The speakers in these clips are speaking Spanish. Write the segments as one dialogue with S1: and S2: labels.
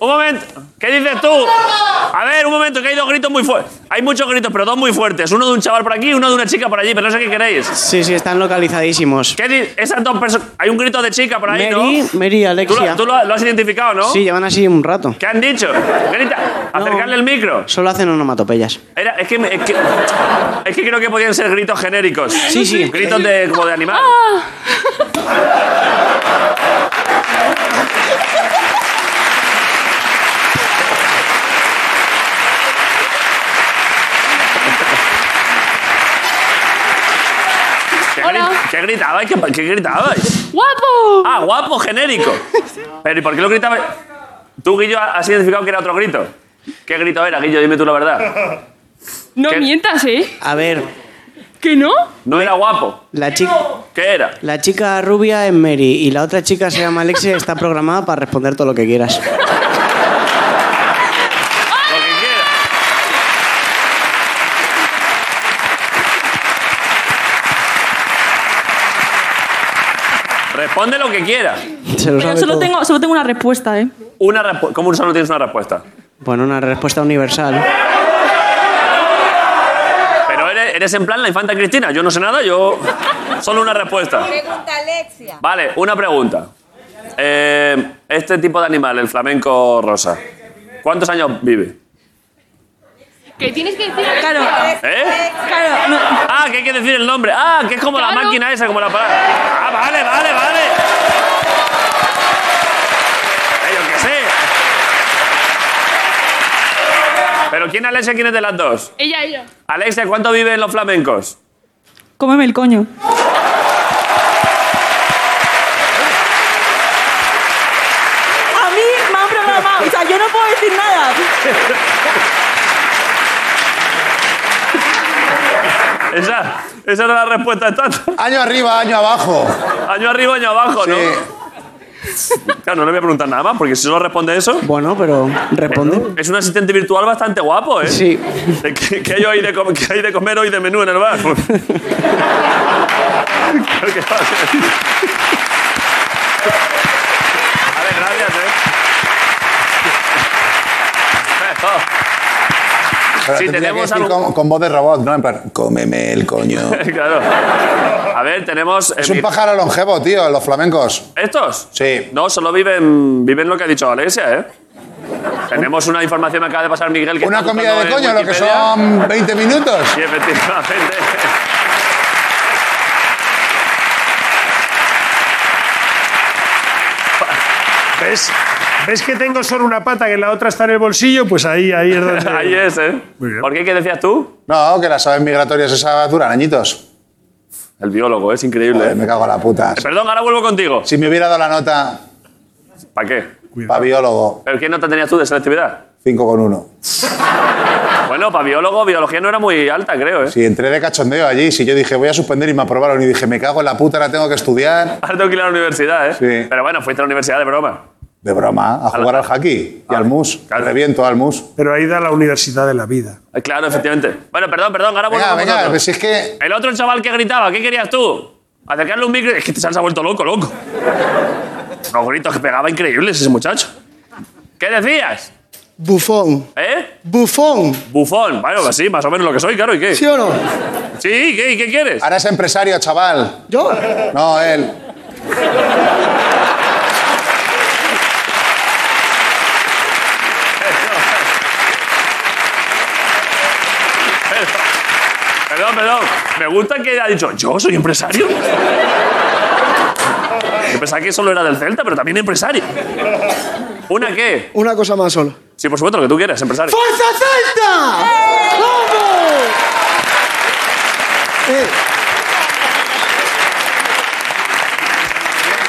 S1: momento. ¿Qué dices tú? A ver, un momento, que hay dos gritos muy fuertes. Hay muchos gritos, pero dos muy fuertes. Uno de un chaval por aquí, uno de una chica por allí, pero no sé qué queréis.
S2: Sí, sí, están localizadísimos.
S1: ¿Qué di- Esas dos personas. Hay un grito de chica por ahí,
S2: Mary,
S1: ¿no?
S2: Mary,
S1: Tú, lo,
S2: Alexia.
S1: tú lo- lo has identificado, ¿no?
S2: Sí, llevan así un rato.
S1: ¿Qué han dicho? Grita, acercarle el micro.
S2: Solo hacen onomatopeyas.
S1: Era- es, que, me- es, que, es que creo que podían ser gritos genéricos.
S2: Sí, sí.
S1: Gritos de, como de animal.
S3: Ah.
S1: ¿Qué, gri-
S3: Hola.
S1: qué gritabais? ¿Qué, qué gritabais?
S3: ¡Guapo!
S1: Ah, guapo, genérico. Pero ¿y por qué lo gritabais? Tú, Guillo, has identificado que era otro grito. ¿Qué grito era, Guillo? Dime tú la verdad.
S3: No
S1: ¿Qué?
S3: mientas, ¿eh?
S2: A ver,
S3: ¿Que no?
S1: No era guapo.
S2: la chica...
S1: ¿Qué era?
S2: La chica rubia es Mary y la otra chica se llama Alexia y está programada para responder todo lo que quieras.
S1: Lo que quiera. Responde lo que quiera.
S2: Se lo
S3: Pero
S2: sabe
S3: solo
S2: todo.
S3: tengo, solo tengo una respuesta, ¿eh?
S1: Una respu- ¿Cómo solo tienes una respuesta?
S2: Bueno, una respuesta universal.
S1: Pero eres, eres en plan la infanta Cristina. Yo no sé nada, yo. Solo una respuesta.
S4: Pregunta Alexia.
S1: Vale, una pregunta. Eh, este tipo de animal, el flamenco rosa, ¿cuántos años vive?
S3: Que tienes que decir. Claro,
S1: ¿Eh?
S3: claro, no.
S1: Ah, que hay que decir el nombre. Ah, que es como la
S3: Claro.
S1: máquina esa, como la palabra. Ah, vale, vale, vale. Eh, yo qué sé. Pero ¿quién es Alexia? ¿Quién es de las dos?
S3: Ella, ella.
S1: Alexia, ¿cuánto viven los flamencos?
S3: Cómeme el coño.
S4: A mí me han programado. O sea, yo no puedo decir nada.
S1: Esa, esa era la respuesta exacta.
S5: Año arriba, año abajo.
S1: Año arriba, año abajo, ¿no?
S5: Sí.
S1: Claro, no le voy a preguntar nada más, porque si solo responde eso.
S2: Bueno, pero responde.
S1: Es un asistente virtual bastante guapo, ¿eh?
S2: Sí.
S1: ¿Qué, qué hay hoy de com- qué hay de comer hoy de menú en el bar? Creo que va a ser. A ver, gracias, ¿eh?
S5: Pero
S1: Sí,
S5: tendría
S1: tenemos
S5: que decir
S1: algo-
S5: con, con voz de robot, ¿no? En plan, cómeme el coño.
S1: Claro. A ver, tenemos... eh,
S5: es un
S1: mi-
S5: pájaro longevo, tío, los flamencos.
S1: ¿Estos?
S5: Sí.
S1: No, solo viven, viven lo que ha dicho Alexia, ¿eh? Tenemos una información que acaba de pasar Miguel. Que
S5: Una
S1: está
S5: comida de
S1: buscando en
S5: coño, lo que
S1: Wikipedia.
S5: son 20 minutos.
S1: Sí, efectivamente.
S6: ¿Ves? ¿Ves que tengo solo una pata que la otra está en el bolsillo? Pues ahí, ahí es donde...
S1: Ahí es, ¿eh?
S6: Muy bien.
S1: ¿Por qué? ¿Qué decías tú?
S5: No, que las aves migratorias esas duran añitos.
S1: El biólogo, es increíble.
S5: Joder,
S1: ¿eh?
S5: me cago en la puta.
S1: Perdón, ahora vuelvo contigo.
S5: Si me hubiera dado la nota
S1: ¿Para qué?
S5: para biólogo,
S1: ¿Pero qué nota tenías tú de selectividad?
S5: 5 con 1.
S1: Bueno, para biólogo, biología Eh, no era muy alta, creo, ¿eh?
S5: Si entré de cachondeo allí, si yo dije voy a suspender y me aprobaron y dije me cago en la puta, ahora tengo que estudiar.
S1: Ahora tengo que ir a la universidad, ¿eh?
S5: Sí.
S1: Pero bueno, fuiste a la universidad de broma.
S5: De broma, a jugar al haki y al mus.
S1: claro.
S5: Reviento al mus.
S6: Pero ahí da la universidad de la vida.
S1: Eh, Claro, efectivamente. Bueno, perdón, perdón, ahora vuelvo
S5: Venga,
S1: con
S5: venga,
S1: vosotros.
S5: pues si es que.
S1: El otro chaval que gritaba, ¿qué querías tú? Acercarle un micro. Es que este te has vuelto loco, loco. Los gritos que pegaba increíbles ese muchacho. ¿Qué decías?
S2: Bufón.
S1: ¿Eh?
S2: Bufón.
S1: Bufón. Bueno, así, más o menos lo que soy, claro, ¿y qué?
S2: ¿Sí o no? em-
S1: Sí, ¿qué, ¿Y qué quieres?
S5: Ahora es empresario, chaval.
S2: Yo.
S5: No, él.
S1: Perdón, perdón. Me gusta que ha dicho, yo soy empresario. Yo pensaba que solo era del Celta, pero también empresario. ¿Una qué?
S2: Una cosa más solo.
S1: Sí, por supuesto, lo que tú quieras, empresario.
S2: ¡Fuerza Celta! ¡Vamos! Eh,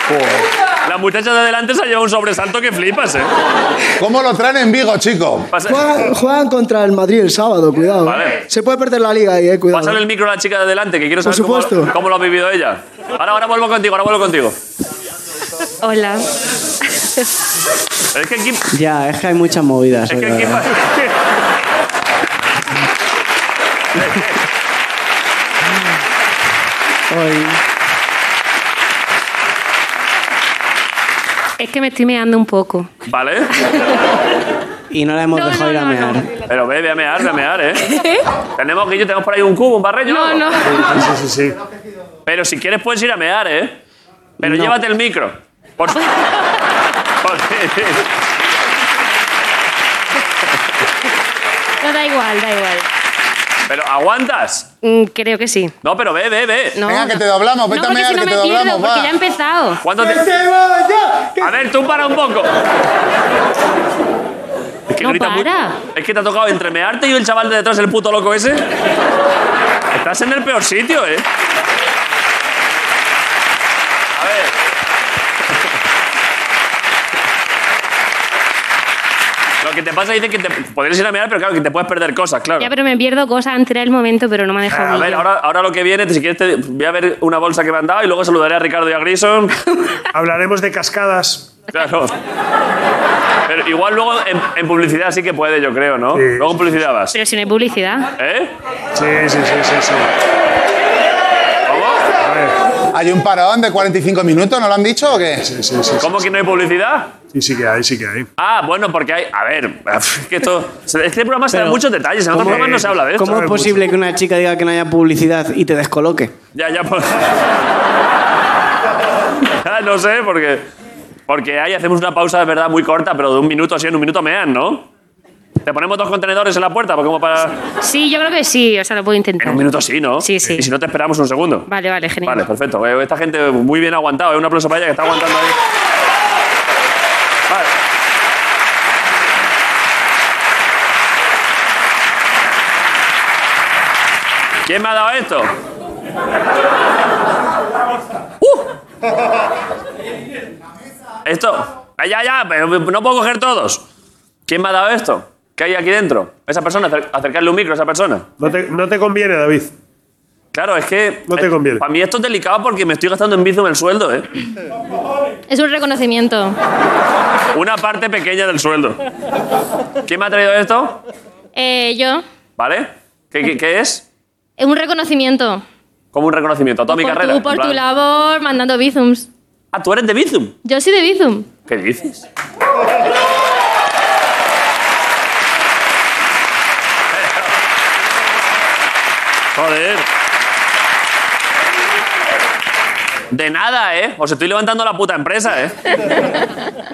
S5: Joder.
S1: La muchacha de adelante se ha llevado un sobresalto que flipas, ¿eh?
S5: ¿Cómo lo traen en Vigo, chico?
S1: Pasa-
S2: juegan, juegan contra el Madrid el sábado, cuidado. eh.
S1: Vale.
S2: Se puede perder la liga ahí, eh, cuidado.
S1: Pásale el micro a la chica de adelante, que quiero
S2: Por
S1: saber cómo,
S2: supuesto.
S1: cómo lo ha vivido ella. Ahora, ahora vuelvo contigo, ahora vuelvo contigo.
S3: Hola.
S1: Es que aquí...
S2: Ya, es que hay muchas movidas.
S1: Es
S2: eh,
S1: que
S2: la
S1: aquí...
S2: verdad. Hoy-
S7: Es que me estoy meando un poco.
S1: ¿Vale?
S2: Y no la hemos
S7: No,
S2: dejado
S7: no,
S2: ir a
S7: no, no.
S2: mear.
S1: Pero ve, ve a mear, ve a mear, ¿eh? Tenemos que tenemos por ahí un cubo, un barreño.
S7: No, no.
S6: Sí, sí, sí.
S1: Pero si quieres puedes ir a mear, ¿eh? Pero
S2: No.
S1: llévate el micro. Por... Por-
S7: No, da igual, da igual.
S1: Pero aguantas.
S7: Mm, creo que sí.
S1: No, pero ve, ve, ve.
S7: No,
S5: Venga,
S7: no.
S5: que te doblamos, vete
S7: no,
S5: a
S7: porque
S5: mear,
S7: si no
S5: que
S7: me
S5: te
S7: pierdo,
S5: doblamos,
S7: porque
S5: va.
S7: ya he empezado.
S1: ¿Cuánto te... A ver, tú para un poco. Es que
S7: No,
S1: grita mucho.
S7: para.
S1: Es que te ha tocado entre mearte y el chaval de detrás, el puto loco ese. Estás en el peor sitio, ¿eh? A ver. Lo que te pasa dice que te podrías ir a mear, pero claro, que te puedes perder cosas, claro.
S7: Ya, pero me pierdo cosas antes del momento, pero no me ha dejado
S1: A
S7: ni
S1: ver,
S7: yo.
S1: ahora, ahora lo que viene, si quieres, te- voy a ver una bolsa que me han dado y luego saludaré a Ricardo y a Grison.
S6: Hablaremos de cascadas.
S1: Claro. Pero igual luego en, en publicidad sí que puede, yo creo, ¿no? Luego en publicidad vas.
S7: Pero si no hay publicidad.
S1: ¿Eh?
S6: Sí, sí, sí, sí. sí.
S1: ¿Cómo?
S6: A ver.
S5: Hay un parón de 45 minutos, ¿no lo han dicho o qué?
S6: Sí, sí, sí.
S1: ¿Cómo que no hay publicidad?
S6: Sí, sí que hay, sí que hay.
S1: Ah, bueno, porque hay. A ver, es que esto. Este programa se da
S2: Pero,
S1: muchos detalles. En otros
S6: ¿cómo-
S1: programas no se habla de esto. ¿eh? Pues
S2: ¿Cómo es
S6: mucho.
S2: posible que una chica diga que no haya publicidad y te descoloque?
S1: Ya, ya. por- Ah, no sé, porque. Porque ahí hacemos una pausa de verdad muy corta, pero de un minuto así, en un minuto mean, ¿no? Te ponemos dos contenedores en la puerta, porque como para.
S7: Sí, yo creo que sí, o sea, lo puedo intentar.
S1: En un minuto sí, ¿no?
S7: Sí, sí.
S1: Y si no, te esperamos un segundo.
S7: Vale, vale, genial.
S1: Vale, perfecto. Eh, Esta gente muy bien aguantado. ¿eh? Un aplauso para ella que está aguantando ahí. Vale. ¿Quién me ha dado esto? ¡Uh! Esto. Ah, Ya, ya, pero no puedo coger todos. ¿Quién me ha dado esto? ¿Qué hay aquí dentro? Esa persona, acer- acercarle un micro a esa persona.
S6: No te, no te conviene, David.
S1: Claro, es que. eh,
S6: No te conviene.
S1: Para mí esto es delicado porque me estoy gastando en Bizum el sueldo, ¿eh?
S7: Es un reconocimiento.
S1: Una parte pequeña del sueldo. ¿Quién me ha traído esto?
S7: Eh, yo,
S1: ¿Vale? ¿Qué, qué- qué es?
S7: es un reconocimiento.
S1: Como un reconocimiento a toda mi
S7: por
S1: carrera.
S7: tu,
S1: en
S7: por
S1: plan-
S7: tu labor mandando bizums.
S1: Ah, tú eres de Bizum.
S7: Yo soy de bizum.
S1: ¿Qué dices? Joder. De nada, ¿eh? Os estoy levantando la puta empresa, ¿eh?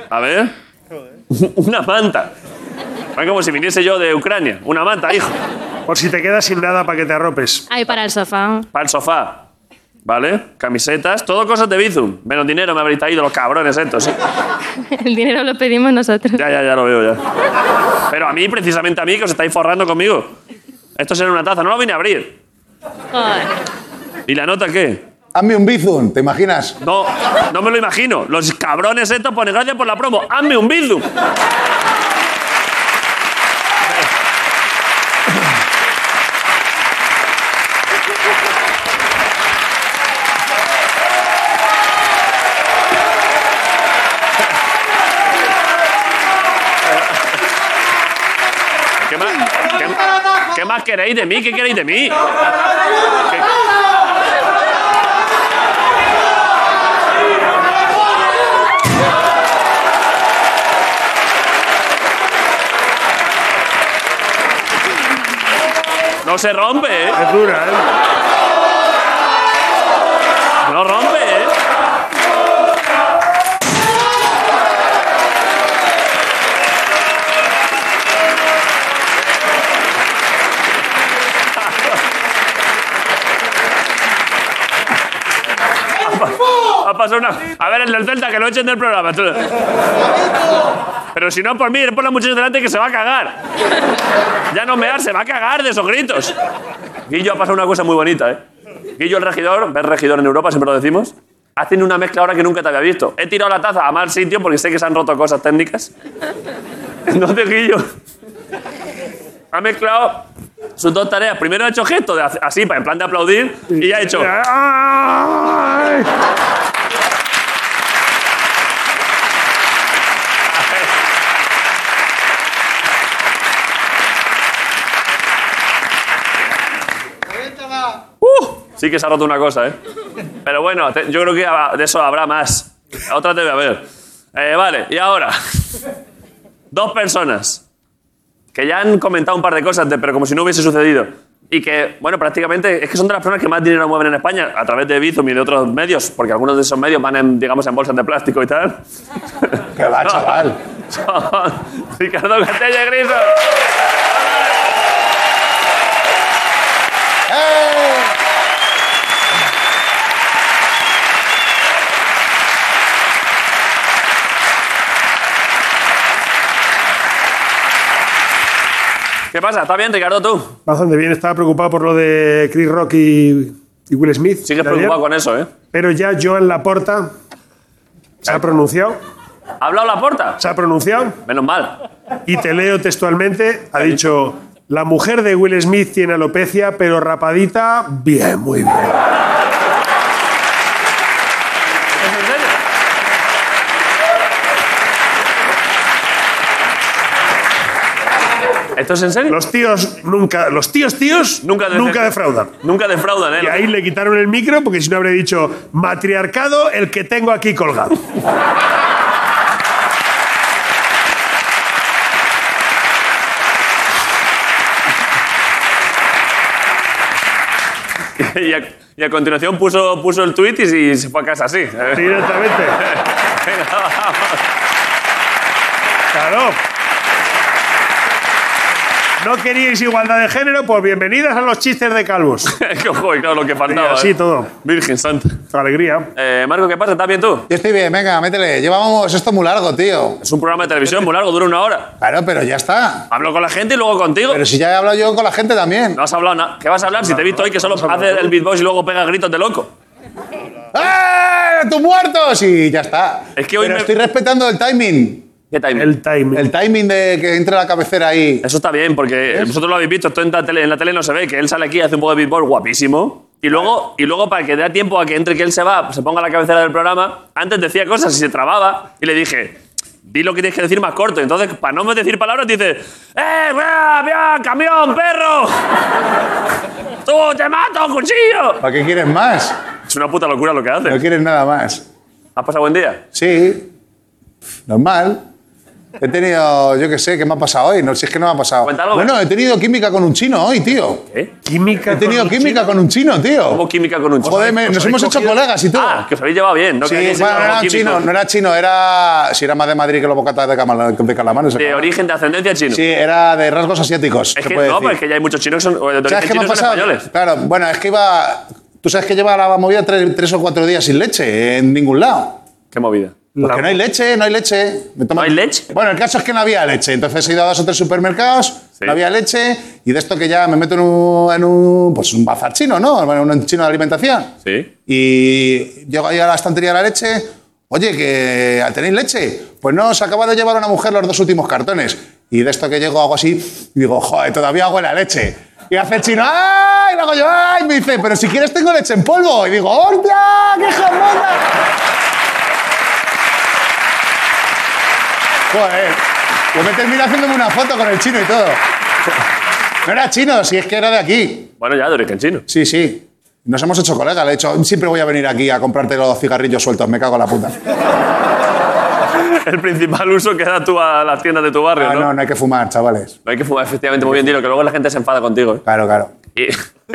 S1: A ver. Una manta. Van como si viniese yo de Ucrania. Una manta, hijo.
S6: Por si te quedas sin nada para que te arropes.
S7: Ahí para el sofá.
S1: Para el sofá. ¿Vale? Camisetas. Todo cosas de Bizum. Menos dinero me habréis traído los cabrones estos. ¿eh?
S7: El dinero lo pedimos nosotros.
S1: Ya, ya, ya lo veo ya. Pero a mí, precisamente a mí, que os estáis forrando conmigo. Esto será una taza, no lo vine a abrir.
S7: Joder.
S1: ¿Y la nota qué?
S5: Hazme un bizum, ¿te imaginas?
S1: No, no me lo imagino. Los cabrones estos ponen gracias por la promo. ¡Hazme un bizum! ¿Qué más, qué, qué más queréis de mí? ¿Qué queréis de mí? No se rompe, ¿eh?
S6: Es dura, ¿eh?
S1: No rompe, ¿eh? Ha pasado una... A ver, el del Celta, que lo echen del programa. tú. Pero si no, por mí, por la muchacha delante que se va a cagar. Ya no mear, se va a cagar de esos gritos. Guillo ha pasado una cosa muy bonita, ¿eh? Guillo el regidor, ves regidor en Europa, siempre lo decimos. Hacen una mezcla ahora que nunca te había visto. He tirado la taza a mal sitio porque sé que se han roto cosas técnicas. Entonces Guillo ha mezclado sus dos tareas. Primero ha hecho gestos de hace- así, pa- en plan de aplaudir, y ha hecho...
S6: ¡Ay!
S1: Uh, Sí que se ha roto una cosa, ¿eh? Pero bueno, te- yo creo que ha- de eso habrá más. Otra debe haber. Eh, vale, y ahora. Dos personas que ya han comentado un par de cosas, de- pero como si no hubiese sucedido. Y que, bueno, prácticamente es que son de las personas que más dinero mueven en España a través de Bizum y de otros medios, porque algunos de esos medios van, en, digamos, en bolsas de plástico y tal.
S5: Que va, chaval.
S1: Son Ricardo Gatella Griso.
S5: ¡Eh!
S1: ¿Qué pasa? ¿Está bien, Ricardo, tú?
S6: Bastante bien, estaba preocupado por lo de Chris Rock y, y Will Smith.
S1: Sigues
S6: de ayer,
S1: preocupado con eso, ¿eh?
S6: Pero ya Joan Laporta se ha pronunciado,
S1: ¿Ha hablado la puerta?
S6: se ha pronunciado
S1: Menos mal.
S6: y te leo textualmente, ha dicho, la mujer de Will Smith tiene alopecia, pero rapadita, bien, muy bien.
S1: ¿Es en serio? ¿Esto es en serio?
S6: Los tíos nunca, los tíos tíos
S1: Nunca, de-
S6: defraudan.
S1: Nunca defraudan,
S6: Y
S1: ¿eh?
S6: ahí le quitaron el micro porque si no habría dicho matriarcado el que tengo aquí colgado.
S1: Y a, y a continuación puso, puso el tweet y, se- se fue a casa así.
S6: Directamente. Claro. No queríais igualdad de género, pues bienvenidas a los chistes de calvos.
S1: Ojo, y claro, lo que faltaba.
S6: Y así
S1: ¿eh?
S6: todo.
S1: Virgen santa.
S6: Alegría.
S1: Eh, Marco, ¿qué pasa? ¿Estás bien tú?
S5: Yo estoy bien, venga, métele. Llevamos esto muy largo, tío.
S1: Es un programa de televisión muy largo, dura una hora.
S5: Claro, pero ya está.
S1: Hablo con la gente y luego contigo.
S5: Pero si ya he hablado yo con la gente también.
S1: No has hablado nada. ¿Qué vas a hablar si te he visto hoy que solo
S6: vamos a hablar
S1: hace el beatbox y luego pega gritos de loco?
S5: ¡Eh! ¡Tú muertos! Y ya está.
S1: Es que hoy
S5: Pero
S1: me-
S5: estoy respetando el timing.
S1: ¿Qué timing?
S6: El timing.
S5: El timing de que entre la cabecera ahí.
S1: Eso está bien, porque vosotros lo habéis visto, esto en la, tele, en la tele no se ve, que él sale aquí, hace un poco de beatbox guapísimo, y luego, y luego para que dé tiempo a que entre que él se va, se ponga a la cabecera del programa, antes decía cosas y se trababa, y le dije, di lo que tienes que decir más corto, entonces para no decir palabras dice, ¡Eh, guau, guau, camión, perro! ¡Tú, te mato, cuchillo!
S5: ¿Para qué quieres más?
S1: Es una puta locura lo que
S5: No
S1: hace.
S5: quieres nada más.
S1: ¿Has pasado buen día?
S5: Sí, normal. He tenido, yo qué sé, ¿qué me ha pasado hoy? No sé, es que no me ha pasado.
S1: Cuenta algo.
S5: Bueno, he tenido química con un chino hoy, tío.
S1: ¿Qué?
S6: Química.
S5: He tenido
S6: con-
S5: química con un chino, tío.
S1: ¿Cómo química con un chico?
S5: Joder,
S6: Os
S5: me-
S6: habéis
S5: nos hemos hecho
S6: cogido-
S5: colegas y todo.
S1: Ah, que os habéis llevado bien, ¿no?
S5: Sí,
S1: Que hayáis
S5: bueno,
S1: sido
S5: no era
S1: químicos.
S5: chino, no era chino, era. Si era más de Madrid que los bocatas de, Camala- de calamar, no sé.
S1: De origen, de ascendencia chino.
S5: Sí, era Ah, de rasgos asiáticos.
S1: Es
S5: se
S1: que
S5: puede
S1: no,
S5: decir.
S1: pues es que ya hay muchos chinos que son, o de origen
S5: ¿Sabes qué me
S1: chino
S5: ha
S1: son
S5: pasado?
S1: españoles.
S5: Claro, bueno, es que iba. Tú sabes que lleva la movida tres, tres o cuatro días sin leche en ningún lado.
S1: Qué movida.
S5: Porque no hay leche, no hay leche. Me tomo-
S1: ¿No hay leche?
S5: Bueno, el caso es que no había leche. Entonces he ido a dos o tres supermercados,
S1: Sí.
S5: no había leche, y de esto que ya me meto en un, en un, pues un bazar chino, ¿no? Bueno, un chino de alimentación.
S1: Sí.
S5: Y llego ahí a la estantería de la leche. Oye, que ¿tenéis leche? Pues no, se acaba de llevar una mujer los dos últimos cartones. Y de esto que llego hago así, y digo, joder, todavía huele a leche. Y hace el chino, ¡ay! Y luego yo, ¡ay! Y me dice, pero si quieres tengo leche en polvo. Y digo, ¡hostia!
S2: ¡Ah,
S5: ¡Qué jamona! Joder, yo me terminé haciéndome una foto con el chino y todo. No era chino, si es que era de aquí.
S1: Bueno, ya, de origen chino.
S5: Sí, sí. Nos hemos hecho colegas. Le he dicho, siempre voy a venir aquí a comprarte los cigarrillos sueltos. Me cago en la puta.
S1: El principal uso que da tú a las tiendas de tu barrio,
S5: Ah,
S1: ¿no?
S5: no, no hay que fumar, chavales.
S1: No hay que fumar, efectivamente, muy bien, dilo, que luego la gente se enfada contigo. ¿eh?
S5: Claro, claro.
S1: Y,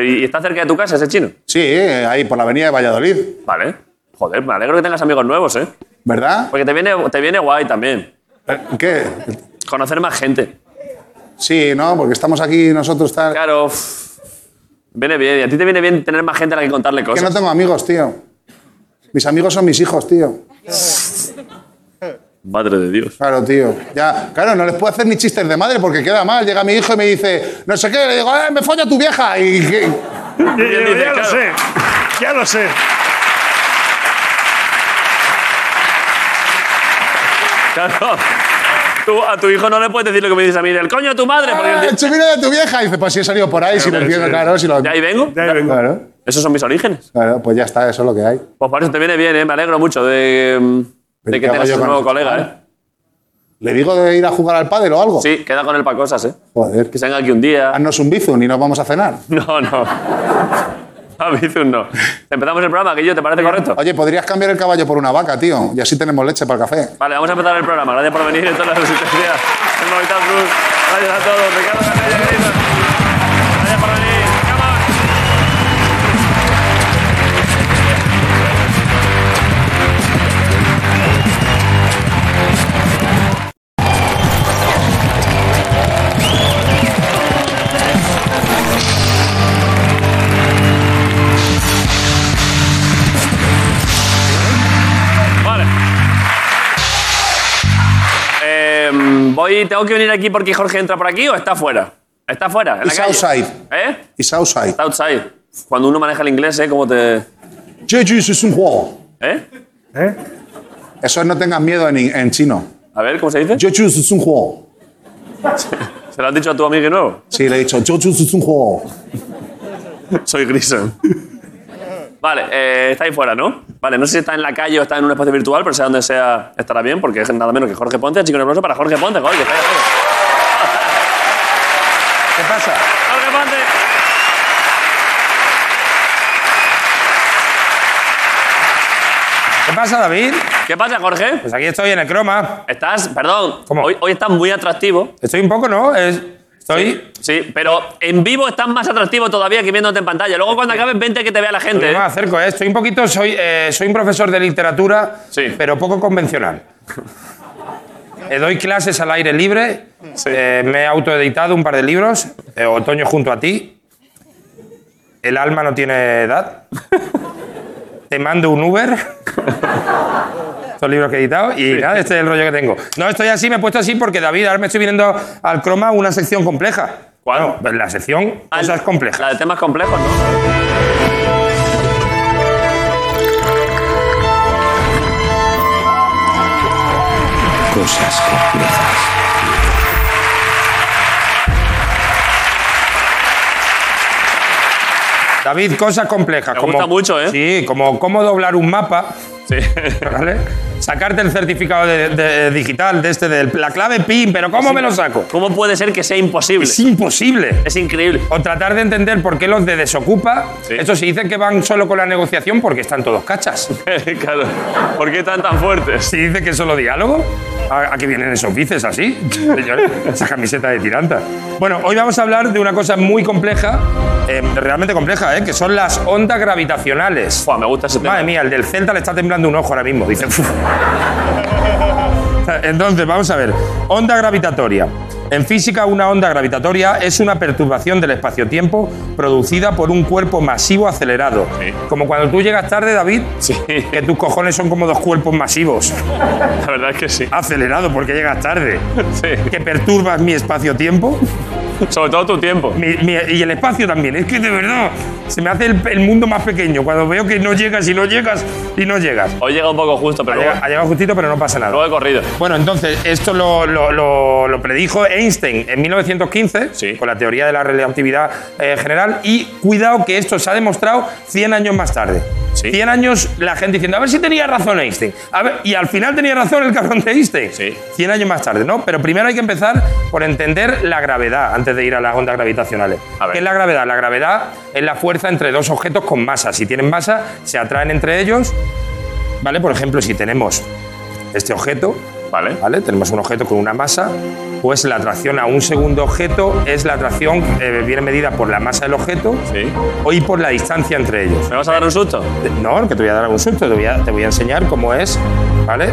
S1: y- y está cerca de tu casa ese chino.
S5: Sí, eh, ahí por la avenida de Valladolid.
S1: Vale. Joder, me alegro que tengas amigos nuevos, ¿eh?
S5: ¿Verdad?
S1: Porque te viene, te viene guay también.
S5: Eh, ¿Qué?
S1: Conocer más gente.
S5: Sí, ¿no? Porque estamos aquí nosotros tal.
S1: Claro. uff, Viene bien. Y a ti te viene bien tener más gente a la que contarle
S5: Que
S1: cosas.
S5: no tengo amigos, tío. Mis amigos son mis hijos, tío.
S1: Madre de Dios.
S5: Claro, tío. Ya, claro, no les puedo hacer ni chistes de madre porque queda mal. Llega mi hijo y me dice, no sé qué, le digo, "Eh, me folla tu vieja. Y, que-
S6: Ya, ya-
S1: Bien, dice,
S6: ya lo
S1: claro.
S6: sé. Ya lo sé.
S1: Claro. Tú, a tu hijo no le puedes decir lo que me dices a mí. El coño de tu madre. Porque el
S5: "Ah,
S1: tío-
S5: el chupino de tu vieja. Y dice, pues si he salido por ahí, si lo entiendo, claro, si lo
S1: De ahí vengo.
S6: Ya vengo.
S5: Claro,
S1: Esos son mis orígenes.
S5: claro, pues ya está, eso es lo que hay.
S1: Pues por eso te viene bien, ¿eh? Me alegro mucho de, mm,
S5: Pero
S1: de
S5: ¿qué
S1: que
S5: hago
S1: tengas
S5: yo
S1: un
S5: con
S1: nuevo
S5: este
S1: colega,
S5: chaval?
S1: ¿eh?
S5: ¿Le digo de ir a jugar al pádel o algo?
S1: Sí, queda con él para cosas, ¿eh?
S5: Joder,
S1: Que
S5: que
S1: se venga aquí un día.
S5: haznos un bizum y nos vamos a cenar.
S1: No, no. A Bizum no. Empezamos el programa, Guillo, ¿te parece correcto?
S5: Oye, podrías cambiar el caballo por una vaca, tío. Y así tenemos leche para el café.
S1: Vale, vamos a empezar el programa. Gracias por venir en todas las asistencias. El Movistar Plus. Gracias a todos. Ricardo García Griezmann. Gracias por venir. Come on. Vale. Eh, voy, ¿Tengo que venir aquí porque Jorge entra por aquí o está fuera? Está fuera. En la
S5: It's
S1: calle.
S5: outside.
S1: ¿Eh?
S5: Y Southside.
S1: Está outside. Cuando uno maneja el inglés, ¿eh? ¿Cómo te.?
S5: Jesus es un juego.
S1: ¿Eh?
S6: ¿Eh?
S5: Eso es no tengas miedo en, en chino.
S1: A ver, ¿cómo se dice?
S5: Jesus es un juego.
S1: ¿Se lo has dicho a tu amigo nuevo?
S5: Sí, le he dicho, Jesus es un juego.
S1: Soy Grison. Vale, eh, está ahí fuera, ¿no? Vale, no sé si está en la calle o está en un espacio virtual, pero sea donde sea, estará bien, porque es nada menos que Jorge Ponte. Así que un aplauso para Jorge Ponte, joder, que está ahí arriba.
S5: ¿Qué pasa?
S1: Jorge Ponte.
S8: ¿Qué pasa, David?
S1: ¿Qué pasa, Jorge?
S8: Pues aquí estoy en el croma.
S1: Estás, perdón,
S8: ¿Cómo?
S1: Hoy, hoy estás muy atractivo.
S8: Estoy un poco, ¿no? Es- estoy...
S1: Sí, pero en vivo estás más atractivo todavía que viéndote en pantalla. Luego cuando acabes, vente que te vea la gente.
S8: Yo me
S1: ¿eh?
S8: acerco, ¿eh? Estoy un poquito... Soy, eh, soy un profesor de literatura,
S1: Sí.
S8: pero poco convencional. Eh, doy clases al aire libre. Eh, me he autoeditado un par de libros. Eh, Otoño junto a ti. El alma no tiene edad. Te mando un Uber. Estos libros que he editado. Y nada, este es el rollo que tengo. No, estoy así, me he puesto así porque, David, ahora me estoy viendo al croma una sección compleja.
S1: ¿Cuál?
S8: No, pues la sección
S1: Ah,
S8: cosas complejas.
S1: La de temas complejos, ¿no?
S9: Cosas complejas.
S8: David, cosas complejas.
S1: Me gusta mucho, ¿eh?
S8: Sí, como cómo doblar un mapa,
S1: Sí.
S8: ¿vale? Sacarte el certificado de- de- digital de este, del- la clave PIN, pero ¿cómo me lo saco?
S1: ¿Cómo puede ser que sea imposible?
S8: Es imposible.
S1: Es increíble.
S8: O tratar de entender por qué los de Desocupa,
S1: Sí.
S8: estos se dicen que van solo con la negociación porque están todos cachas.
S1: claro. ¿Por qué están tan fuertes?
S8: Si dice que es solo diálogo, ¿a, a qué vienen esos bices así? Señores, esa camiseta de tiranta. Bueno, hoy vamos a hablar de una cosa muy compleja, eh, realmente compleja, ¿eh? que son las ondas gravitacionales.
S1: Buah, me gusta ese tema.
S8: Madre mía, el del Celta le está temblando un ojo ahora mismo. Dice. "Uf". Entonces, vamos a ver. Onda gravitatoria. En física, una onda gravitatoria es una perturbación del espacio-tiempo producida por un cuerpo masivo acelerado.
S1: Sí.
S8: Como cuando tú llegas tarde, David,
S1: Sí.
S8: que tus cojones son como dos cuerpos masivos.
S1: La verdad es que sí.
S8: Acelerado porque llegas tarde.
S1: Sí.
S8: Que perturbas mi espacio-tiempo
S1: Sobre todo tu tiempo.
S8: mi- mi- y el espacio también. Es que de verdad se me hace el, el mundo más pequeño cuando veo que no llegas y no llegas y no llegas.
S1: Hoy llega un poco justo,
S8: Ha
S1: pero
S8: llegado,
S1: luego,
S8: ha llegado justito, pero no pasa nada.
S1: luego he corrido.
S8: Bueno, entonces, esto lo, lo- lo- lo predijo Einstein en 1915
S1: Sí.
S8: con la teoría de la relatividad eh, general y cuidado que esto se ha demostrado 100 años más tarde.
S1: Sí.
S8: 100 años la gente diciendo, a ver si tenía razón Einstein. A ver, y al final tenía razón el cabrón de Einstein.
S1: Sí.
S8: 100 años más tarde, ¿no? Pero primero hay que empezar por entender la gravedad antes de ir a las ondas gravitacionales.
S1: A ver.
S8: ¿Qué es la gravedad? La gravedad es la fuerza entre dos objetos con masa. Si tienen masa, se atraen entre ellos. ¿Vale? Por ejemplo, si tenemos este objeto,
S1: Vale.
S8: ¿vale? Tenemos un objeto con una masa, pues la atracción a un segundo objeto es la atracción eh, viene medida por la masa del objeto
S1: Sí.
S8: o y por la distancia entre ellos. Eh,
S1: ¿Me vas a dar un susto?
S8: No, que te voy a dar algún susto, te voy a, te voy a enseñar cómo es, ¿vale?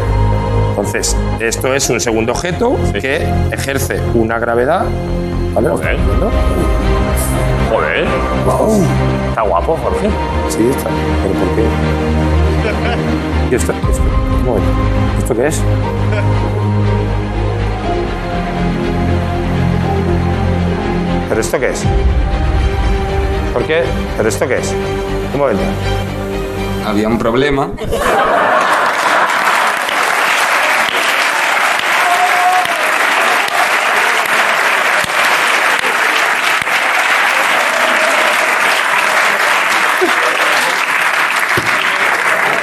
S8: Entonces, esto es un segundo objeto
S1: Sí.
S8: que ejerce una gravedad, ¿vale? ¿Lo
S1: Ok.
S8: estás viendo?
S1: Joder. Está guapo, Jorge.
S8: Sí, está. ¿Pero por qué? ¿Y esto? esto? Un momento. ¿Esto qué es? ¿Pero esto qué es? ¿Por qué? ¿Pero esto qué es? Un momento.
S9: Había un problema.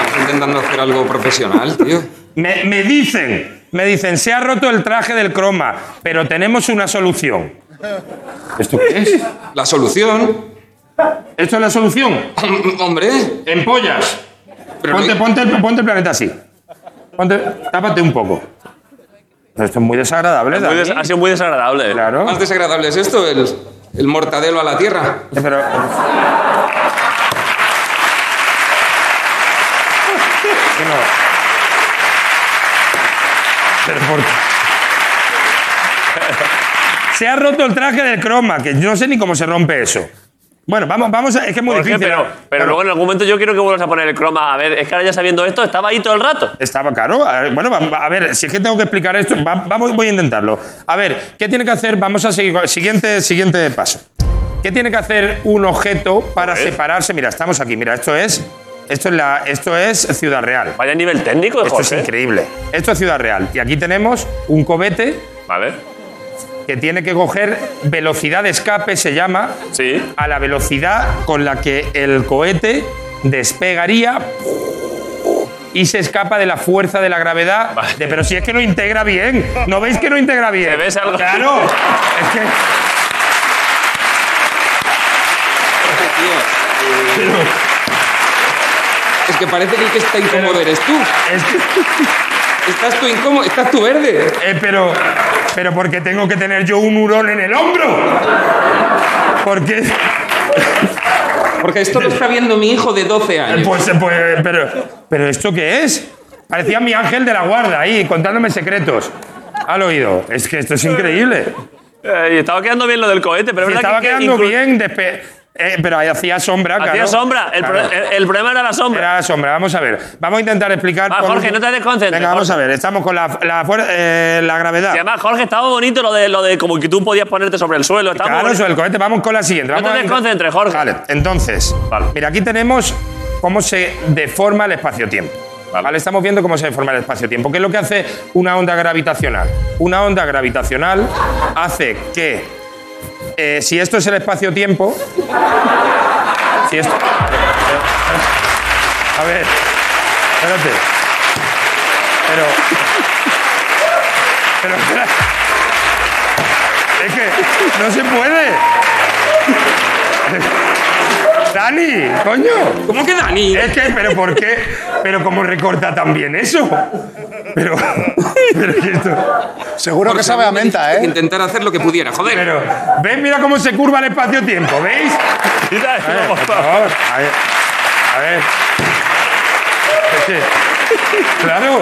S9: Estás intentando hacer algo profesional, tío.
S8: Me, me dicen, me dicen, se ha roto el traje del croma, pero tenemos una solución. ¿Esto qué es?
S9: La solución
S8: Esto es la solución.
S9: Hombre,
S8: En pollas.
S9: Pero
S8: ponte,
S9: no-
S8: ponte el, ponte el planeta así. Ponte, tápate un poco. Esto es muy desagradable,
S1: Muy des-
S8: Dani.
S1: pues, ha sido muy desagradable.
S8: Claro.
S9: más desagradable es esto, el, el mortadelo a la tierra.
S8: Pero, Que no. Pero por qué? Se ha roto el traje del croma, que yo no sé ni cómo se rompe eso. Bueno, vamos, vamos a, es que es muy
S1: Jorge,
S8: difícil. ¿eh?
S1: pero,
S8: ¿no?
S1: pero luego en algún momento yo quiero que vuelvas a poner el croma. A ver, es que ahora ya sabiendo esto, estaba ahí todo el rato.
S8: Estaba caro. A ver, Bueno, va- va- a ver, si es que tengo que explicar esto, va- vamos, voy a intentarlo. A ver, ¿qué tiene que hacer? Vamos a seguir. con- Siguiente, siguiente paso. ¿Qué tiene que hacer un objeto para separarse? Mira, estamos aquí. Mira, esto es, esto es, la, esto es Ciudad Real.
S1: Vaya nivel técnico de
S8: Esto es
S1: Jorge.
S8: increíble. Esto es Ciudad Real. Y aquí tenemos un cobete
S1: Vale.
S8: que tiene que coger velocidad de escape, se llama,
S1: Sí.
S8: a la velocidad con la que el cohete despegaría y se escapa de la fuerza de la gravedad.
S1: Vale.
S8: De, pero si es que no integra bien. ¿No veis que no integra bien?
S1: ¿Que ves algo?
S8: Claro. Es que,
S9: Es que parece que el que está incómodo eres tú.
S8: es que-
S9: Estás tú incómodo, estás tú verde.
S8: eh, pero, pero porque tengo que tener yo un hurón en el hombro. Porque,
S9: Porque esto lo está viendo mi hijo de 12 años.
S8: pues, pues, pero, pero ¿esto qué es? Parecía mi ángel de la guarda ahí, contándome secretos. Al oído. Es que esto es increíble.
S1: Eh, y estaba quedando bien lo del cohete, pero
S8: Se
S1: es verdad
S8: estaba
S1: que- que
S8: quedando
S1: inclu-
S8: bien, despe- eh, pero ahí hacía sombra,
S1: Hacía
S8: claro.
S1: sombra. El,
S8: Claro.
S1: pro- el- el problema era la sombra.
S8: Era sombra, vamos a ver. Vamos a intentar explicar.
S1: Va,
S8: por-
S1: Jorge, no te desconcentres,
S8: Venga, vamos a
S1: Jorge.
S8: ver. Estamos con la, la, fuer- eh, la gravedad.
S1: Y además, Jorge, estaba bonito lo de, lo de como que tú podías ponerte sobre el suelo. Estaba
S8: Claro,
S1: muy bonito.
S8: eso, el cohete. Vamos con la siguiente.
S1: No
S8: vamos
S1: te
S8: a-
S1: desconcentres, Jorge.
S8: Vale, entonces.
S1: Vale.
S8: Mira, aquí tenemos cómo se deforma el espacio-tiempo.
S1: Vale.
S8: Vale. estamos viendo cómo se deforma el espacio-tiempo. ¿Qué es lo que hace una onda gravitacional? Una onda gravitacional hace que, eh, si esto es el espacio-tiempo, si esto, a ver, espérate, pero, pero espera. es que no se puede. Dani, coño.
S9: ¿Cómo que Dani?
S8: Es que, pero ¿por qué? Pero ¿cómo recorta tan bien eso? Pero, pero, que esto-
S5: Seguro que
S9: Porque
S5: sabe a
S9: mí me
S5: menta,
S9: dijiste que
S5: ¿eh?
S9: Intentar hacer lo que pudiera, joder.
S8: pero, ¿ves? Mira cómo se curva el espacio-tiempo, ¿veis?
S1: Quita eso,
S8: A ver,
S1: por
S8: por
S1: favor.
S8: favor, a ver. A ver. Es que- claro.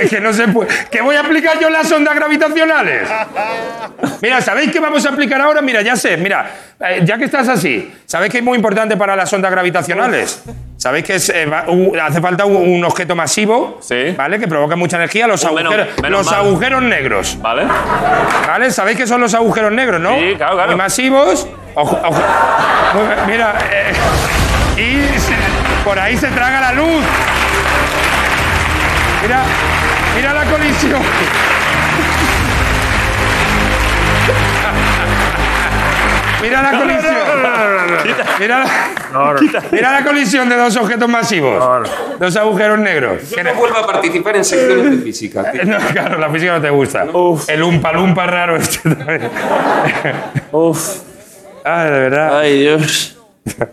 S8: Es que no se puede. ¿Qué voy a aplicar yo las ondas gravitacionales? Mira, ¿sabéis qué vamos a aplicar ahora? Mira, ya sé, mira, eh, ya que estás así, ¿sabéis qué es muy importante para las ondas gravitacionales? ¿Sabéis que es, eh, va- un- hace falta un, un objeto masivo?
S1: Sí.
S8: ¿Vale? Que provoca mucha energía. Los,
S1: Uh, menos-
S8: agujeros,
S1: menos
S8: los
S1: mal.
S8: agujeros negros.
S1: Vale.
S8: ¿Vale? ¿Sabéis que son los agujeros negros, no?
S1: Sí, claro, claro.
S8: Muy masivos. Ojo- ojo- Muy bien, mira, eh, y se- por ahí se traga la luz. Mira, mira la colisión. Mira la colisión. Mira la,
S6: No, no.
S8: mira la colisión de dos objetos masivos. Dos agujeros negros.
S9: Yo no vuelvo a participar en secciones de física. tío.
S8: No, claro, la física no te gusta. El umpa lumpa raro este también.
S1: Uf.
S8: Ah, de verdad.
S1: Ay, Dios.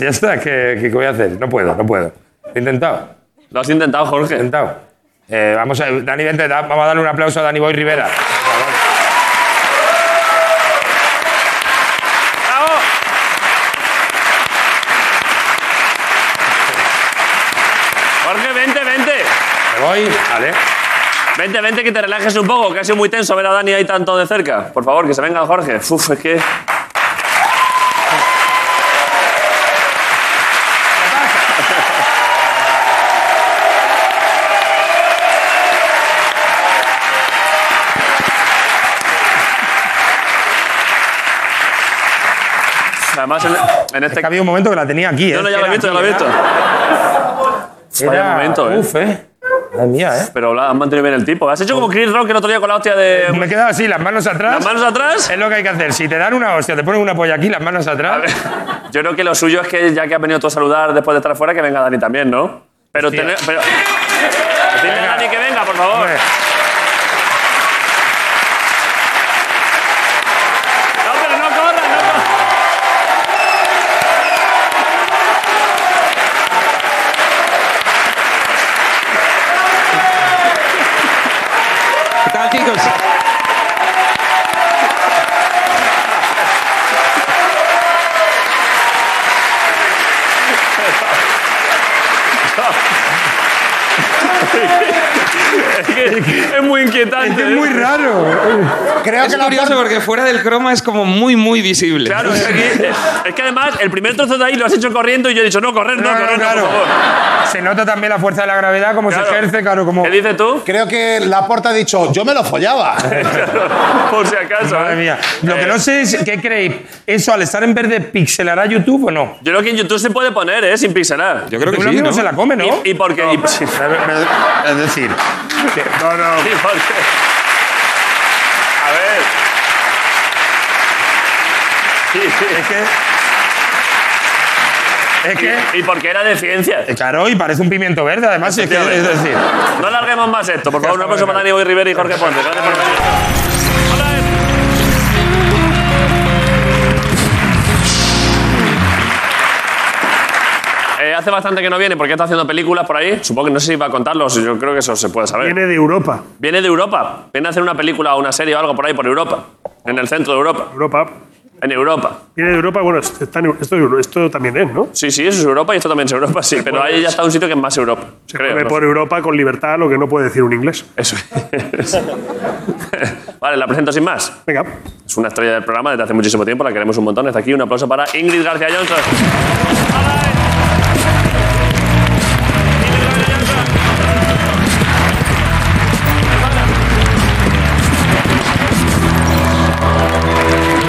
S8: Ya está, ¿qué, qué voy a hacer? No puedo, no puedo. He intentado,
S1: Lo has intentado,
S8: he
S1: Jorge.
S8: intentado. Eh, vamos, a, Dani, vente, da- vamos a darle un aplauso a Dani Boy Rivera.
S1: ¡Bravo! Jorge, vente, vente.
S8: Me voy, vale.
S1: Vente, vente, que te relajes un poco, que ha sido muy tenso ver a Dani ahí tanto de cerca. Por favor, que se venga Jorge. Uf, es que... Además, en, en
S8: Es
S1: este
S8: que había un momento que la tenía aquí.
S1: No,
S8: ¿eh?
S1: no, ya lo he
S8: Era
S1: visto, ya lo he
S8: aquí,
S1: visto.
S8: era-
S1: Vaya
S8: era-
S1: momento, ¿eh?
S8: Uf, ¿eh? Madre mía, ¿eh? Oh.
S1: Pero la- han mantenido bien el tipo. Has hecho como Chris Rock el otro día con la hostia de.
S8: Me he quedado así, las manos atrás.
S1: Las manos atrás.
S8: Es lo que hay que hacer. Si te dan una hostia, te ponen una polla aquí, las manos
S1: A
S8: atrás.
S1: ver, yo creo que lo suyo es que ya que has venido tú a saludar después de estar fuera, que venga Dani también, ¿no? Pero.
S8: Hostia.
S1: Tener, pero Dile a
S8: Venga.
S1: Dani que venga, por favor.
S8: Hombre.
S1: Es que es muy inquietante.
S9: Es
S1: ¿eh?
S9: muy raro.
S5: Creo
S9: es
S5: que la
S9: curioso
S5: parte-
S9: porque fuera del croma es como muy, muy visible.
S1: Claro, es que, aquí- es que además el primer trozo de ahí lo has hecho corriendo y yo he dicho, no, correr, no,
S8: No, no,
S1: correr, no,
S8: claro.
S1: por favor.
S8: Se nota también la fuerza de la gravedad, cómo
S1: Claro.
S8: se ejerce, claro, como...
S1: ¿Qué dices tú?
S5: Creo que la porta ha dicho, yo me lo follaba.
S1: Por si acaso.
S8: Madre
S1: ¿eh?
S8: mía. Lo
S1: Eh,
S8: que no sé es, ¿qué creéis? ¿Eso al estar en verde pixelará YouTube o no?
S1: Yo creo que en YouTube se puede poner, ¿eh? Sin pixelar.
S9: Yo creo que
S8: Seguramente
S9: sí,
S8: no
S9: ¿no?
S8: se la come, ¿no?
S1: Y, y porque. y- sí,
S8: A ver, me- Es decir,
S6: No, no.
S1: porque- A ver. Sí, sí.
S8: es que... Es que...
S1: Y, y porque era de ciencia.
S8: Eh, Claro, y parece un pimiento verde, además. si Es, que, es decir,
S1: No larguemos más esto, por favor. Un aplauso para Diego Rivera y Jorge Ponte. Gracias por venir. Hola, eh. Eh, hace bastante que no viene porque está haciendo películas por ahí. Supongo que no sé si va a contarlos, yo creo que eso se puede saber.
S6: Viene de Europa.
S1: Viene de Europa. Viene a hacer una película o una serie o algo por ahí, por Europa. En el centro de Europa.
S6: Europa.
S1: En Europa.
S6: Viene de Europa, bueno, está en- esto, esto también es, ¿no?
S1: Sí, sí, eso es Europa y esto también es Europa, sí. Pero ahí ya está un sitio que es más Europa.
S6: Se
S1: creo,
S6: come
S1: no
S6: por Europa con libertad, lo que no puede decir un inglés.
S1: Eso es. vale, la presento sin más.
S6: Venga.
S1: Es una estrella del programa desde hace muchísimo tiempo, la queremos un montón. Está aquí, un aplauso para Ingrid García Johnson. ¡Hola, eh! Ingrid García Johnson.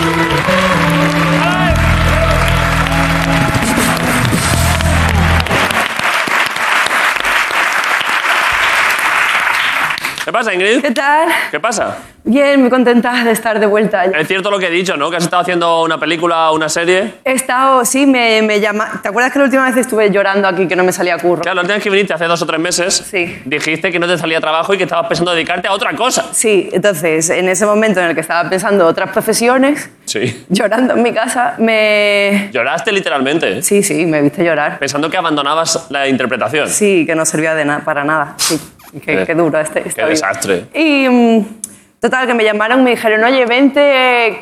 S1: ¡Hola, eh! ¿Qué pasa, Ingrid?
S4: ¿Qué tal?
S1: ¿Qué pasa?
S4: Bien, muy contenta de estar de vuelta.
S1: Es cierto lo que he dicho, ¿no? Que has estado haciendo una película o una serie.
S4: He estado, sí, me, me llama. ¿Te acuerdas que la última vez estuve llorando aquí que no me salía curro?
S1: Claro, la última vez que viniste hace dos o tres meses,
S4: Sí.
S1: dijiste que no te salía trabajo y que estabas pensando dedicarte a otra cosa.
S4: Sí, entonces, en ese momento en el que estaba pensando otras profesiones,
S1: Sí.
S4: llorando en mi casa, me...
S1: Lloraste literalmente,
S4: Sí, sí, me viste llorar.
S1: pensando que abandonabas la interpretación.
S4: Sí, que no servía de nada para nada. Sí, qué,
S1: Eh,
S4: qué duro este. esta
S1: qué
S4: vida.
S1: desastre.
S4: Y mm, total, que me llamaron, me dijeron, oye, vente, eh,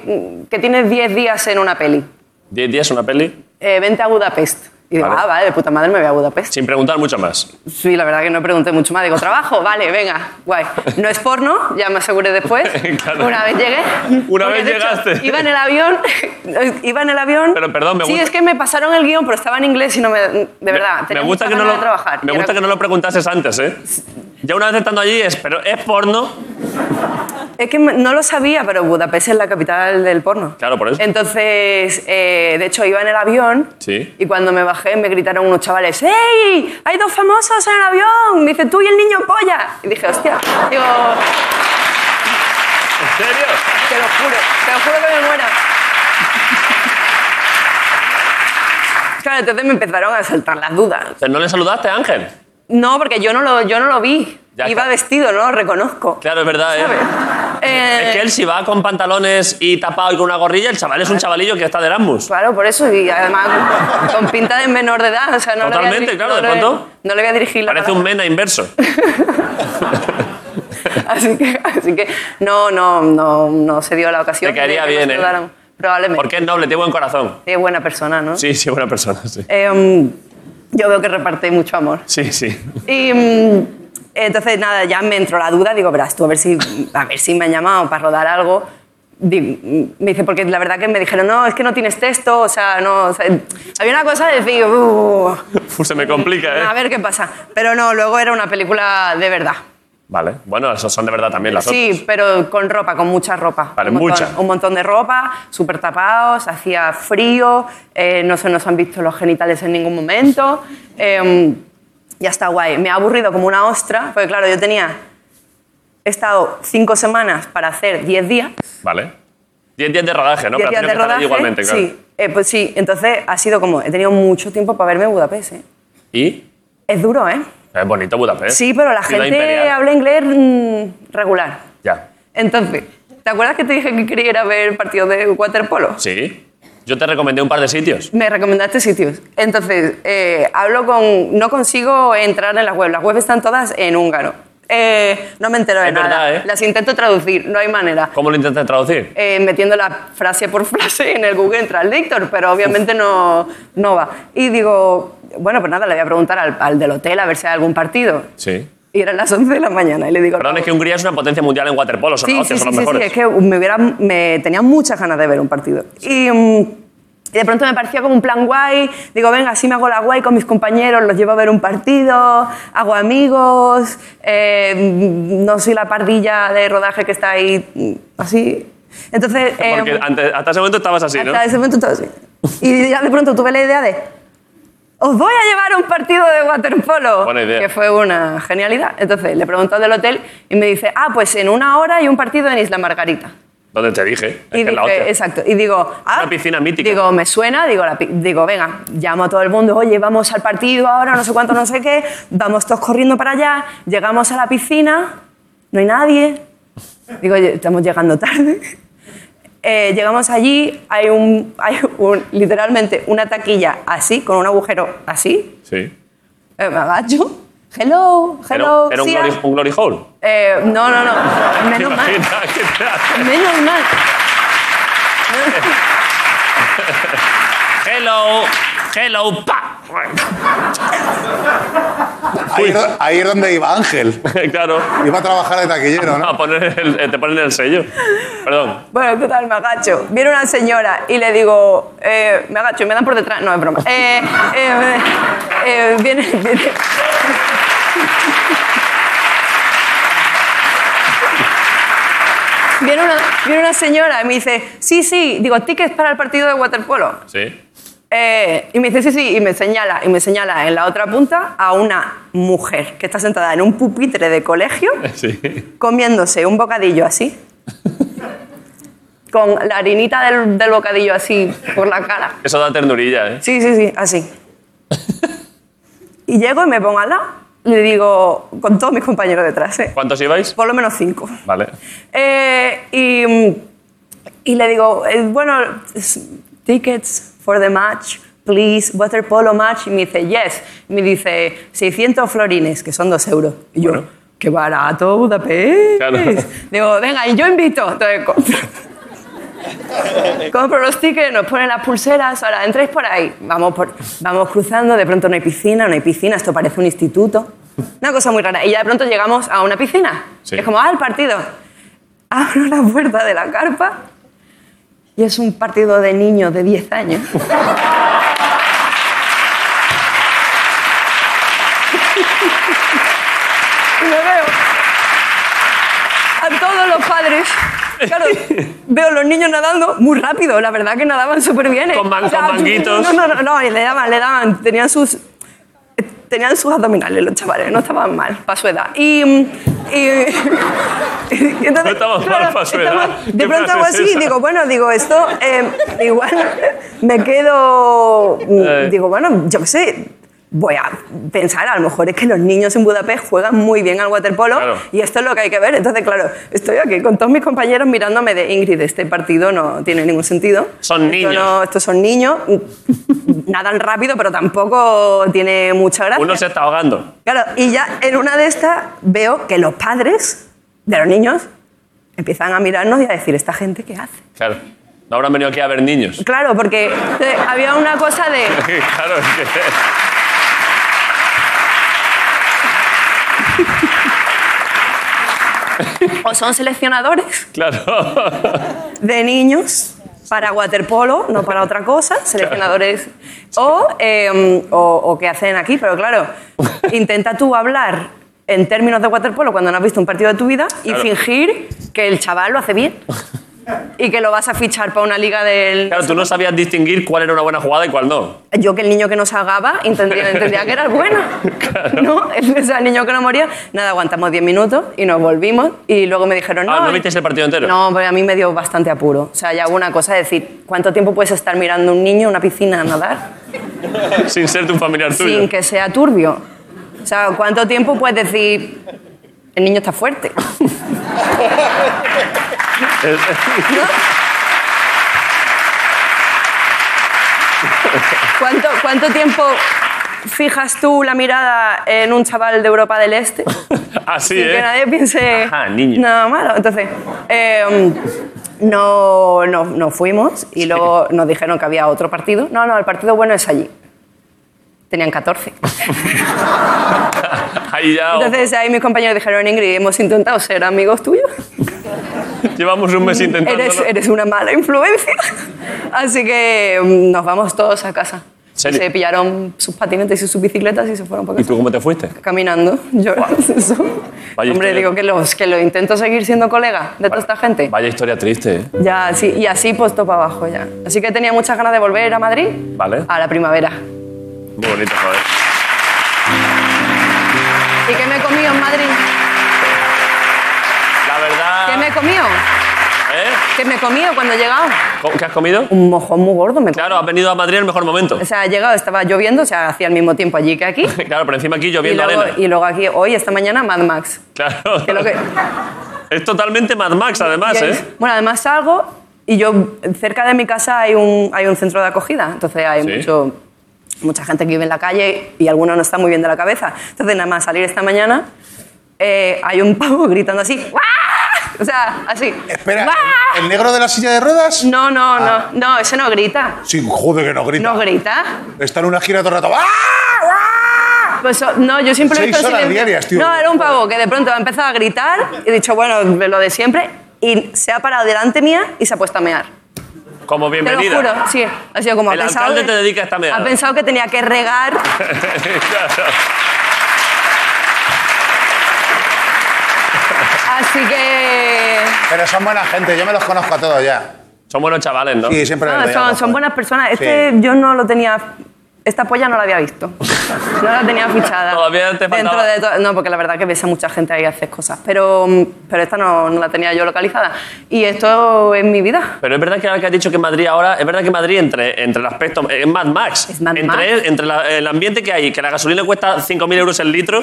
S4: que tienes 10 días en una peli.
S1: Diez días una peli
S4: Eh, vente a Budapest. Y digo,
S1: Vale.
S4: ah, vale, de puta madre me voy a Budapest.
S1: sin preguntar mucho más.
S4: Sí, la verdad que no pregunté mucho más. Digo, trabajo, vale, venga, guay. No es porno, ya me aseguré después.
S1: Claro.
S4: Una vez llegué.
S1: Una
S4: Porque,
S1: vez
S4: de hecho,
S1: llegaste.
S4: iba en el avión, iba en el avión.
S1: Este. Pero, perdón, me
S4: Sí,
S1: gusta-
S4: es que me pasaron el guión, pero estaba en inglés y no me... De verdad,
S1: me
S4: tenía
S1: gusta
S4: Ah, mucha
S1: que no
S4: ganas
S1: lo
S4: de trabajar.
S1: me
S4: Era
S1: gusta que no lo preguntases antes, ¿eh? Ya una vez estando allí es, pero es porno.
S4: Es que no lo sabía, pero Budapest es la capital del porno.
S1: Claro, por eso.
S4: Entonces, eh, de hecho, iba en el avión
S1: Sí.
S4: y cuando me bajé me gritaron unos chavales, ¡Ey! ¡Hay dos famosos en el avión! Me dice, tú y el niño polla. Y dije, hostia, digo,
S1: ¿En serio?
S4: te lo juro, te lo juro que me muero. Claro, entonces me empezaron a saltar las dudas.
S1: Pero no le saludaste, Ángel.
S4: No, porque yo no lo, yo no lo vi.
S1: Ya,
S4: Iba
S1: claro.
S4: vestido, no lo reconozco.
S1: Claro, es verdad, ¿eh?
S4: ¿sabes? Eh,
S1: Es que él si va con pantalones y tapado y con una gorrilla, el chaval es un chavalillo que está de Erasmus.
S4: Claro, por eso, y además con pinta de menor de edad. O sea, no le voy a
S1: Totalmente,
S4: dirigir-
S1: claro,
S4: no
S1: de
S4: le-
S1: pronto.
S4: No le voy a dirigir la
S1: Parece un mena inverso.
S4: palabra. así, que, así que no, no, no, no se dio la ocasión.
S1: Te caería
S4: de que nos
S1: bien, ¿eh?
S4: saludaran. Probablemente.
S1: Porque es noble, tiene buen corazón.
S4: Es buena persona, ¿no?
S1: Sí, sí, buena persona, sí.
S4: Eh, mm, yo veo que reparte mucho amor.
S1: Sí, sí.
S4: Y mm, entonces, nada, ya me entró la duda. Digo, verás tú, a ver si, a ver si me han llamado para rodar algo. Digo, mm, me dice, porque la verdad que me dijeron, no, es que no tienes texto, o sea, no. o sea, había una cosa de decir, "Uh".
S1: Uf, se me complica,
S4: A
S1: ¿eh?
S4: ver qué pasa. Pero no, luego era una película de verdad.
S1: Vale. Bueno, esos son de verdad también las
S4: Sí, pero con ropa, con mucha ropa.
S1: Vale,
S4: un montón,
S1: mucha.
S4: Un montón de ropa, súper tapados, hacía frío, eh, no se nos han visto los genitales en ningún momento. eh, ya está guay. Me ha aburrido como una ostra, porque claro, yo tenía... He estado cinco semanas para hacer diez días.
S1: otras. Vale. 10 días de rodaje, Ah, ¿no?
S4: diez
S1: Pero
S4: días
S1: has tenido que estar allí igualmente, claro.
S4: Sí, eh, pues sí. Entonces ha sido como... He tenido mucho tiempo para verme en Budapest, ¿eh?
S1: Y
S4: Es duro, ¿eh?
S1: es bonito Budapest.
S4: Sí, pero la
S1: Ciudad
S4: gente
S1: imperial.
S4: habla inglés mm, regular.
S1: Ya.
S4: Entonces, ¿te acuerdas que te dije que quería ir a ver el partido de waterpolo?
S1: Sí. Yo te recomendé un par de sitios.
S4: Me recomendaste sitios. Entonces, eh, hablo con... No consigo entrar en las web. Las webs están todas en húngaro. eh, no me entero de
S1: Es
S4: nada.
S1: verdad, ¿eh?
S4: Las intento traducir, no hay manera.
S1: ¿Cómo lo intentas traducir?
S4: Eh, metiendo la frase por frase en el Google Translator, pero obviamente no, no va. Y digo, bueno, pues nada, le voy a preguntar al, al del hotel a ver si hay algún partido.
S1: Sí.
S4: Y eran las 11 de la mañana y le digo...
S1: Perdón,
S4: no.
S1: es que Hungría es una potencia mundial en waterpolo, son,
S4: Sí,
S1: hostias,
S4: sí, sí,
S1: son los
S4: sí, sí,
S1: mejores.
S4: es que me, hubiera, me tenía muchas ganas de ver un partido. Y, mm, y de pronto me parecía como un plan guay. Digo, venga, así me hago la guay con mis compañeros, los llevo a ver un partido, hago amigos, eh, mm, no soy la pardilla de rodaje que está ahí mm, así. Entonces, eh,
S1: Porque antes- hasta ese momento estabas así, ¿no?
S4: hasta ese momento todo así. Y ya de pronto tuve la idea de, os voy a llevar a un partido de waterpolo.
S1: Buena idea.
S4: Que fue una genialidad. Entonces le preguntó al del hotel y me dice, ah, pues en una hora hay un partido en Isla Margarita.
S1: Donde te dije. Es
S4: Y
S1: que es la
S4: dije,
S1: hostia.
S4: exacto. Y digo, ah,
S1: Una piscina mítica.
S4: Digo, me suena, digo, la pi- digo, venga, llamo a todo el mundo, oye, vamos al partido ahora, no sé cuánto, no sé qué, vamos todos corriendo para allá, llegamos a la piscina, no hay nadie. Digo, "Oye, estamos llegando tarde. Eh, llegamos allí, hay, un, hay un, literalmente una taquilla así, con un agujero así,
S1: Sí.
S4: eh, me agacho. Hello,
S1: Era,
S4: hello,
S1: era un,
S4: sí, ah.
S1: glory, un glory hole.
S4: Eh, no, no, no, menos mal,
S1: Imagina que te hace-
S4: menos mal.
S1: Hello, hello, pa.
S5: Ahí, es do- ahí es donde iba Ángel.
S1: Pues- claro.
S5: Iba a trabajar de taquillero, ¿no?
S1: A poner el- eh, te ponen el sello. Perdón.
S4: Bueno, total, me agacho. Viene una señora y le digo, eh, me agacho y me dan por detrás. No, es broma. Eh, eh, eh, viene, viene- Viene una, viene una señora y me dice, sí, sí, digo, tickets para el partido de waterpolo.
S1: Sí.
S4: Eh, y me dice, sí, sí, y me señala, y me señala en la otra punta a una mujer que está sentada en un pupitre de colegio
S1: Sí.
S4: comiéndose un bocadillo así, con la harinita del, del bocadillo así por la cara.
S1: Eso da ternurilla, ¿eh?
S4: Sí, sí, sí, así. Y llego y me pongo al lado y le digo, con todos mis compañeros detrás, ¿eh?
S1: ¿Cuántos ibais?
S4: por lo menos cinco.
S1: Vale.
S4: Eh, y, mm, y le digo, eh, bueno, s- tickets for the match, please, waterpolo match. Y me dice, yes. Y me dice, 600 florines, que son dos euros. Y yo,
S1: Bueno.
S4: qué barato, Budapest.
S1: Claro.
S4: Digo, venga, y yo invito. Entonces compro. Compro los tickets, nos ponen las pulseras, ahora entréis por ahí. Vamos, por, vamos cruzando, de pronto no hay piscina, no hay piscina, esto parece un instituto. Una cosa muy rara. Y ya de pronto llegamos a una piscina.
S1: Sí.
S4: Es como, ah, el partido. Abro la puerta de la carpa y es un partido de niños de 10 años. y me veo a todos los padres. Claro, veo a los niños nadando muy rápido, la verdad que nadaban súper bien. ¿eh?
S1: Con man-
S4: O sea,
S1: con manguitos.
S4: No, no, no, no, y le daban, le daban, tenían sus tenían sus abdominales los chavales, no estaban mal para su edad. Y, mm, y, y entonces,
S1: No estaban mal pa' su edad.
S4: estaban-
S1: ¿Qué
S4: De pronto
S1: frase
S4: hago
S1: es
S4: así y
S1: esa?
S4: digo, bueno, digo, esto eh, igual me quedo, mm,
S1: Eh.
S4: digo, bueno, yo qué sé. Voy a pensar, a lo mejor es que los niños en Budapest juegan muy bien al waterpolo
S1: Claro.
S4: y esto es lo que hay que ver. Entonces, claro, estoy aquí con todos mis compañeros mirándome de Ingrid, este partido no tiene ningún sentido.
S1: Son
S4: Esto
S1: niños.
S4: no- estos son niños, nadan rápido, pero tampoco tiene mucha gracia.
S1: Uno se está ahogando.
S4: Claro, y ya en una de estas veo que los padres de los niños empiezan a mirarnos y a decir, ¿esta gente qué hace?
S1: Claro. No habrán venido aquí a ver niños.
S4: Claro, porque eh, había una cosa de...
S1: claro, es que.
S4: O son seleccionadores
S1: Claro.
S4: de niños para waterpolo, no para otra cosa, seleccionadores. O, eh, o, o qué hacen aquí, pero claro, intenta tú hablar en términos de waterpolo cuando no has visto un partido de tu vida y
S1: Claro.
S4: fingir que el chaval lo hace bien y que lo vas a fichar para una liga del...
S1: Claro, tú no sabías distinguir cuál era una buena jugada y cuál no.
S4: Yo que el niño que no se ahogaba entendía, entendía que era el bueno. ¿No? O sea, el niño que no moría. Nada, aguantamos 10 minutos y nos volvimos. Y luego me dijeron, no.
S1: Ah, ¿no visteis el partido entero?
S4: No, pero a mí me dio bastante apuro. O sea, ya hubo una cosa de decir, ¿cuánto tiempo puedes estar mirando a un niño en una piscina a nadar
S1: Sin ser tu familiar tuyo.
S4: pues, sin que sea turbio? O sea, ¿cuánto tiempo puedes decir, el niño está fuerte? ¿Cuánto, ¿Cuánto tiempo fijas tú la mirada en un chaval de Europa del Este?
S1: Así,
S4: sin que
S1: ¿eh?
S4: nadie piense
S1: Ajá, niño.
S4: nada malo. Entonces, eh, no, no, no fuimos y luego nos dijeron que había otro partido. No, no, el partido bueno es allí. Tenían 14.
S1: Ahí ya o-
S4: Entonces ahí mis compañeros dijeron, Ingrid, hemos intentado ser amigos tuyos.
S1: llevamos un mes intentándolo.
S4: mm, Eres, eh, eres una mala influencia. Así que mm, nos vamos todos a casa.
S1: ¿Serio?
S4: Se pillaron sus patinetes y sus bicicletas y se fueron para
S1: ¿Y
S4: casa.
S1: tú cómo te fuiste?
S4: caminando, llorando. Eso.
S1: Vaya
S4: Hombre,
S1: historia.
S4: digo que los que lo intento seguir siendo colega de toda esta gente.
S1: Vaya historia triste, ¿eh?
S4: Ya, sí, y así pues topa abajo ya. Así que tenía muchas ganas de volver a Madrid
S1: Vale.
S4: a la primavera.
S1: Muy bonito, joder.
S4: ¿Y qué me he comido en Madrid?
S1: La
S4: ¿Qué me
S1: verdad...
S4: he comido?
S1: ¿Eh?
S4: ¿Qué me he comido cuando he llegado?
S1: ¿Co- ¿Qué has comido?
S4: Un mojón muy gordo me he
S1: Claro, has venido a Madrid en el mejor momento.
S4: comido. O sea, he llegado, estaba lloviendo, o sea, hacía el mismo tiempo allí que aquí.
S1: Claro, pero encima aquí
S4: Y
S1: lloviendo
S4: luego,
S1: arena.
S4: y luego aquí, hoy, esta mañana, Mad Max.
S1: Claro.
S4: Que lo que-
S1: Es totalmente Mad Max, además,
S4: Yo-
S1: ¿eh?
S4: Bueno, además salgo y yo, cerca de mi casa hay un, hay un centro de acogida, entonces hay
S1: Sí.
S4: mucho, mucha gente que vive en la calle y algunos no están muy bien de la cabeza. Entonces, nada más salir esta mañana, eh, hay un pavo gritando así, ¡guau! O sea, así.
S5: Espera,
S4: ¡guau!
S5: ¿el negro de la silla de ruedas?
S4: No, no, no, no, ese no grita.
S5: Sí, joder, que no grita.
S4: No grita.
S5: Está en una gira todo el rato. ¡Ah! ¡Ah!
S4: Pues, oh, no, yo siempre he
S5: Seis
S4: visto
S5: horas
S4: silencio.
S5: diarias, tío.
S4: No, era un pavo que de pronto ha empezado a gritar y he dicho, bueno, lo de siempre, y se ha parado delante mía y se ha puesto a mear.
S1: Como
S4: Te lo
S1: bienvenida.
S4: juro, sí. Ha sido como ha
S1: El
S4: pensado
S1: alcalde
S4: que-
S1: te dedica a esta meada.
S4: Ha pensado que tenía que regar.
S1: Claro.
S4: Así que.
S5: Pero son buena gente, yo me los conozco a todos ya.
S1: Son buenos chavales, ¿no?
S5: Sí, siempre
S4: No,
S5: les doy algo,
S4: son, son
S5: joder.
S4: buenas personas.
S5: Sí.
S4: Este yo no lo tenía. Esta polla no la había visto. No la tenía fichada.
S1: Todavía te
S4: Dentro
S1: faltaba.
S4: de to- No, porque la verdad que ves a mucha gente ahí hacer cosas. Pero, mm, pero esta no, no la tenía yo localizada. Y esto es mi vida.
S1: Pero es verdad que ahora que has dicho que Madrid ahora, es verdad que Madrid entre, entre el aspecto, es Mad Max.
S4: Es Mad
S1: entre
S4: Max.
S1: el- entre la- el ambiente que hay, que la gasolina cuesta 5.000 euros el litro,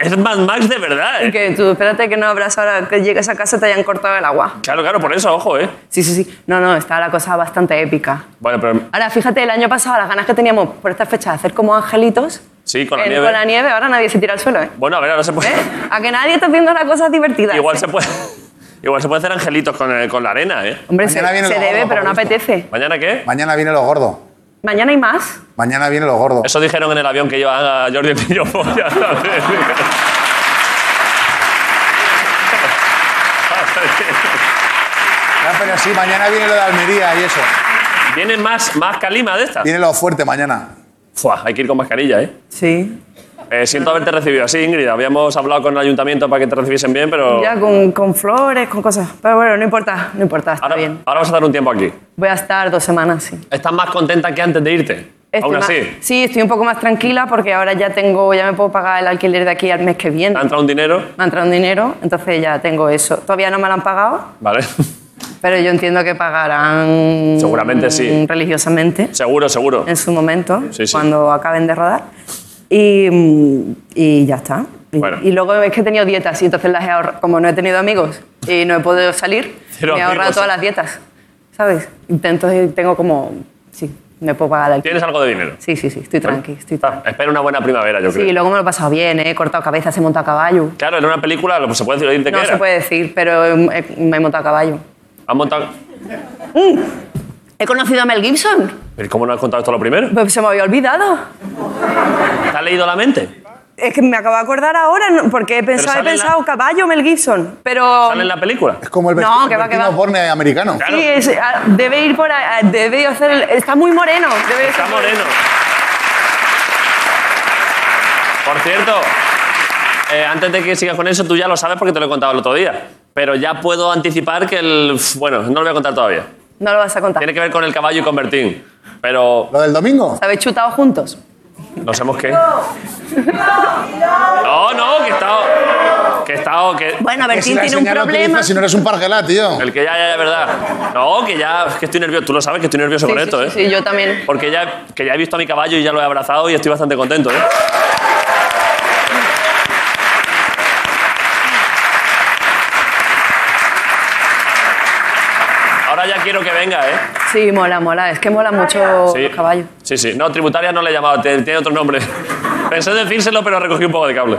S1: es Mad Max de verdad.
S4: Y
S1: ¿eh?
S4: que tú, espérate que no habrás ahora que llegues a casa te hayan cortado el agua.
S1: Claro, claro, por eso, ojo, ¿eh?
S4: Sí, sí, sí. No, no, está la cosa bastante épica.
S1: Bueno, pero
S4: Ahora, fíjate, el año pasado las ganas que teníamos por esta fecha de hacer como angelitos.
S1: Sí, con la
S4: Eh,
S1: nieve.
S4: Con la nieve, ahora nadie se tira al suelo, ¿eh?
S1: bueno, a ver, ahora se puede...
S4: ¿Eh? A que nadie está haciendo las cosas divertidas.
S1: Igual
S4: ¿eh?
S1: se puede... Igual se puede hacer angelitos con, el- con la arena, ¿eh?
S4: Hombre, se,
S5: Mañana viene
S4: se
S5: lo
S4: debe,
S5: gordo,
S4: pero no
S5: por visto.
S4: apetece.
S1: ¿Mañana qué?
S5: Mañana viene lo gordo.
S4: Mañana hay más.
S5: Mañana viene lo gordo.
S1: Eso dijeron en el avión que iba a Jordi Pillo Folla.
S5: Ya, pero sí, mañana viene lo de Almería y eso.
S1: Vienen más, más calima de estas.
S5: Viene lo fuerte mañana.
S1: Fua, hay que ir con mascarilla, ¿eh?
S4: Sí.
S1: Eh, Siento haberte recibido así, Ingrid. Habíamos hablado con el ayuntamiento para que te recibiesen bien, pero.
S4: Ya con, con flores, con cosas. Pero bueno, no importa, no importa, está
S1: Ahora,
S4: bien.
S1: ahora vas a dar un tiempo aquí.
S4: Voy a estar dos semanas, sí.
S1: ¿Estás más contenta que antes de irte?
S4: Estoy
S1: Aún
S4: más-
S1: así.
S4: Sí, estoy un poco más tranquila porque ahora ya tengo, ya me puedo pagar el alquiler de aquí al mes que viene.
S1: ¿Te ha entrado un dinero?
S4: Me ha entrado un dinero, entonces ya tengo eso. Todavía no me lo han pagado,
S1: Vale.
S4: pero yo entiendo que pagarán.
S1: Seguramente sí.
S4: Mm, Religiosamente.
S1: seguro, seguro.
S4: en su momento,
S1: Sí, sí.
S4: cuando acaben de rodar. Y, mm, y ya está. Y,
S1: Bueno.
S4: y luego es que he tenido dietas y entonces las he ahorrado. Como no he tenido amigos y no he podido salir,
S1: Cero
S4: me he ahorrado
S1: amigos,
S4: todas
S1: ¿eh?
S4: las dietas. ¿Sabes? Entonces tengo como. Sí, me puedo pagar el alquiler.
S1: ¿Tienes algo de dinero?
S4: Sí, sí, sí, estoy tranqui. Estoy
S1: Está.
S4: tranqui.
S1: Espera una buena primavera, yo creo.
S4: Sí, luego me lo he pasado bien, ¿eh? he cortado cabezas, he montado a caballo.
S1: Claro, en una película lo- se puede decir ¿de qué
S4: No
S1: era?
S4: se puede decir, pero he- he- me he montado a caballo.
S1: ¿Han montado...
S4: He conocido a Mel Gibson,
S1: ¿Pero ¿Cómo no has contado esto lo primero?
S4: pues se me había olvidado.
S1: ¿Te has leído la mente?
S4: Es que me acabo de acordar ahora, no- porque he pensado, he
S1: sale en la-
S4: pensado caballo Mel Gibson, pero...
S1: ¿Sale en la película?
S5: Es como el
S4: No,
S5: vecino-
S4: que va, que
S5: vecino
S4: va.
S5: Osborne americano.
S1: Claro.
S4: Sí, es- ah, debe ir por ahí, ah, debe hacer... el- está muy moreno. Debe
S1: Está
S4: ser-
S1: moreno. Por cierto, eh, antes de que sigas con eso, tú ya lo sabes porque te lo he contado el otro día. Pero ya puedo anticipar que el... Bueno, no lo voy a contar todavía.
S4: No lo vas a contar.
S1: Tiene que ver con el caballo y con Bertín. Pero...
S5: ¿Lo del domingo?
S4: ¿Habéis chutado juntos?
S1: ¿Nos hemos qué? No, no, que he estado... Que he estado... Que...
S4: Bueno,
S5: Que si
S4: Bertín
S5: la
S4: tiene un
S5: señal no
S4: problema.
S5: utiliza, Si no eres un parguelá, tío.
S1: El que ya, ya, ya, verdad. No, que ya... Es que estoy nervioso. Tú lo sabes que estoy nervioso
S4: Sí,
S1: con
S4: sí,
S1: esto,
S4: sí,
S1: ¿eh?
S4: sí, yo también.
S1: Porque ya, que ya he visto a mi caballo y ya lo he abrazado y estoy bastante contento, ¿eh? Ahora ya quiero que venga, ¿eh?
S4: Sí, mola, mola. Es que mola mucho
S1: Sí.
S4: los caballos.
S1: Sí, sí. No, tributaria no le he llamado, te- tiene otro nombre. Pensé decírselo, pero recogí un poco de cable.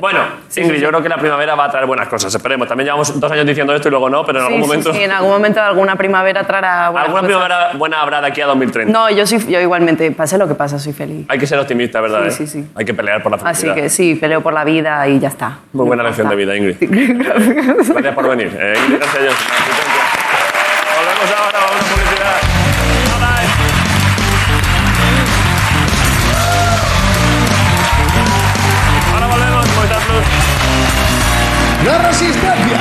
S1: Bueno, Ingrid, yo creo que la primavera va a traer buenas cosas. Esperemos. También llevamos dos años diciendo esto y luego no, pero en
S4: Sí,
S1: algún
S4: sí,
S1: momento.
S4: sí, en algún momento alguna primavera traerá buenas
S1: Alguna
S4: cosas.
S1: primavera buena habrá de aquí a 2030.
S4: No, yo, soy, yo igualmente, pase lo que pase, soy feliz.
S1: Hay que ser optimista, ¿verdad?
S4: Sí,
S1: eh?
S4: sí, sí.
S1: Hay que pelear por la
S4: Así
S1: felicidad.
S4: que sí, peleo por la vida y ya está.
S1: Muy buena lección de vida, Ingrid. Gracias por venir. Eh, Ingrid, gracias a ellos. Volvemos ahora a una publicidad. Bye, bye. Ahora volvemos, Movistar Plus.
S5: ¡La resistencia!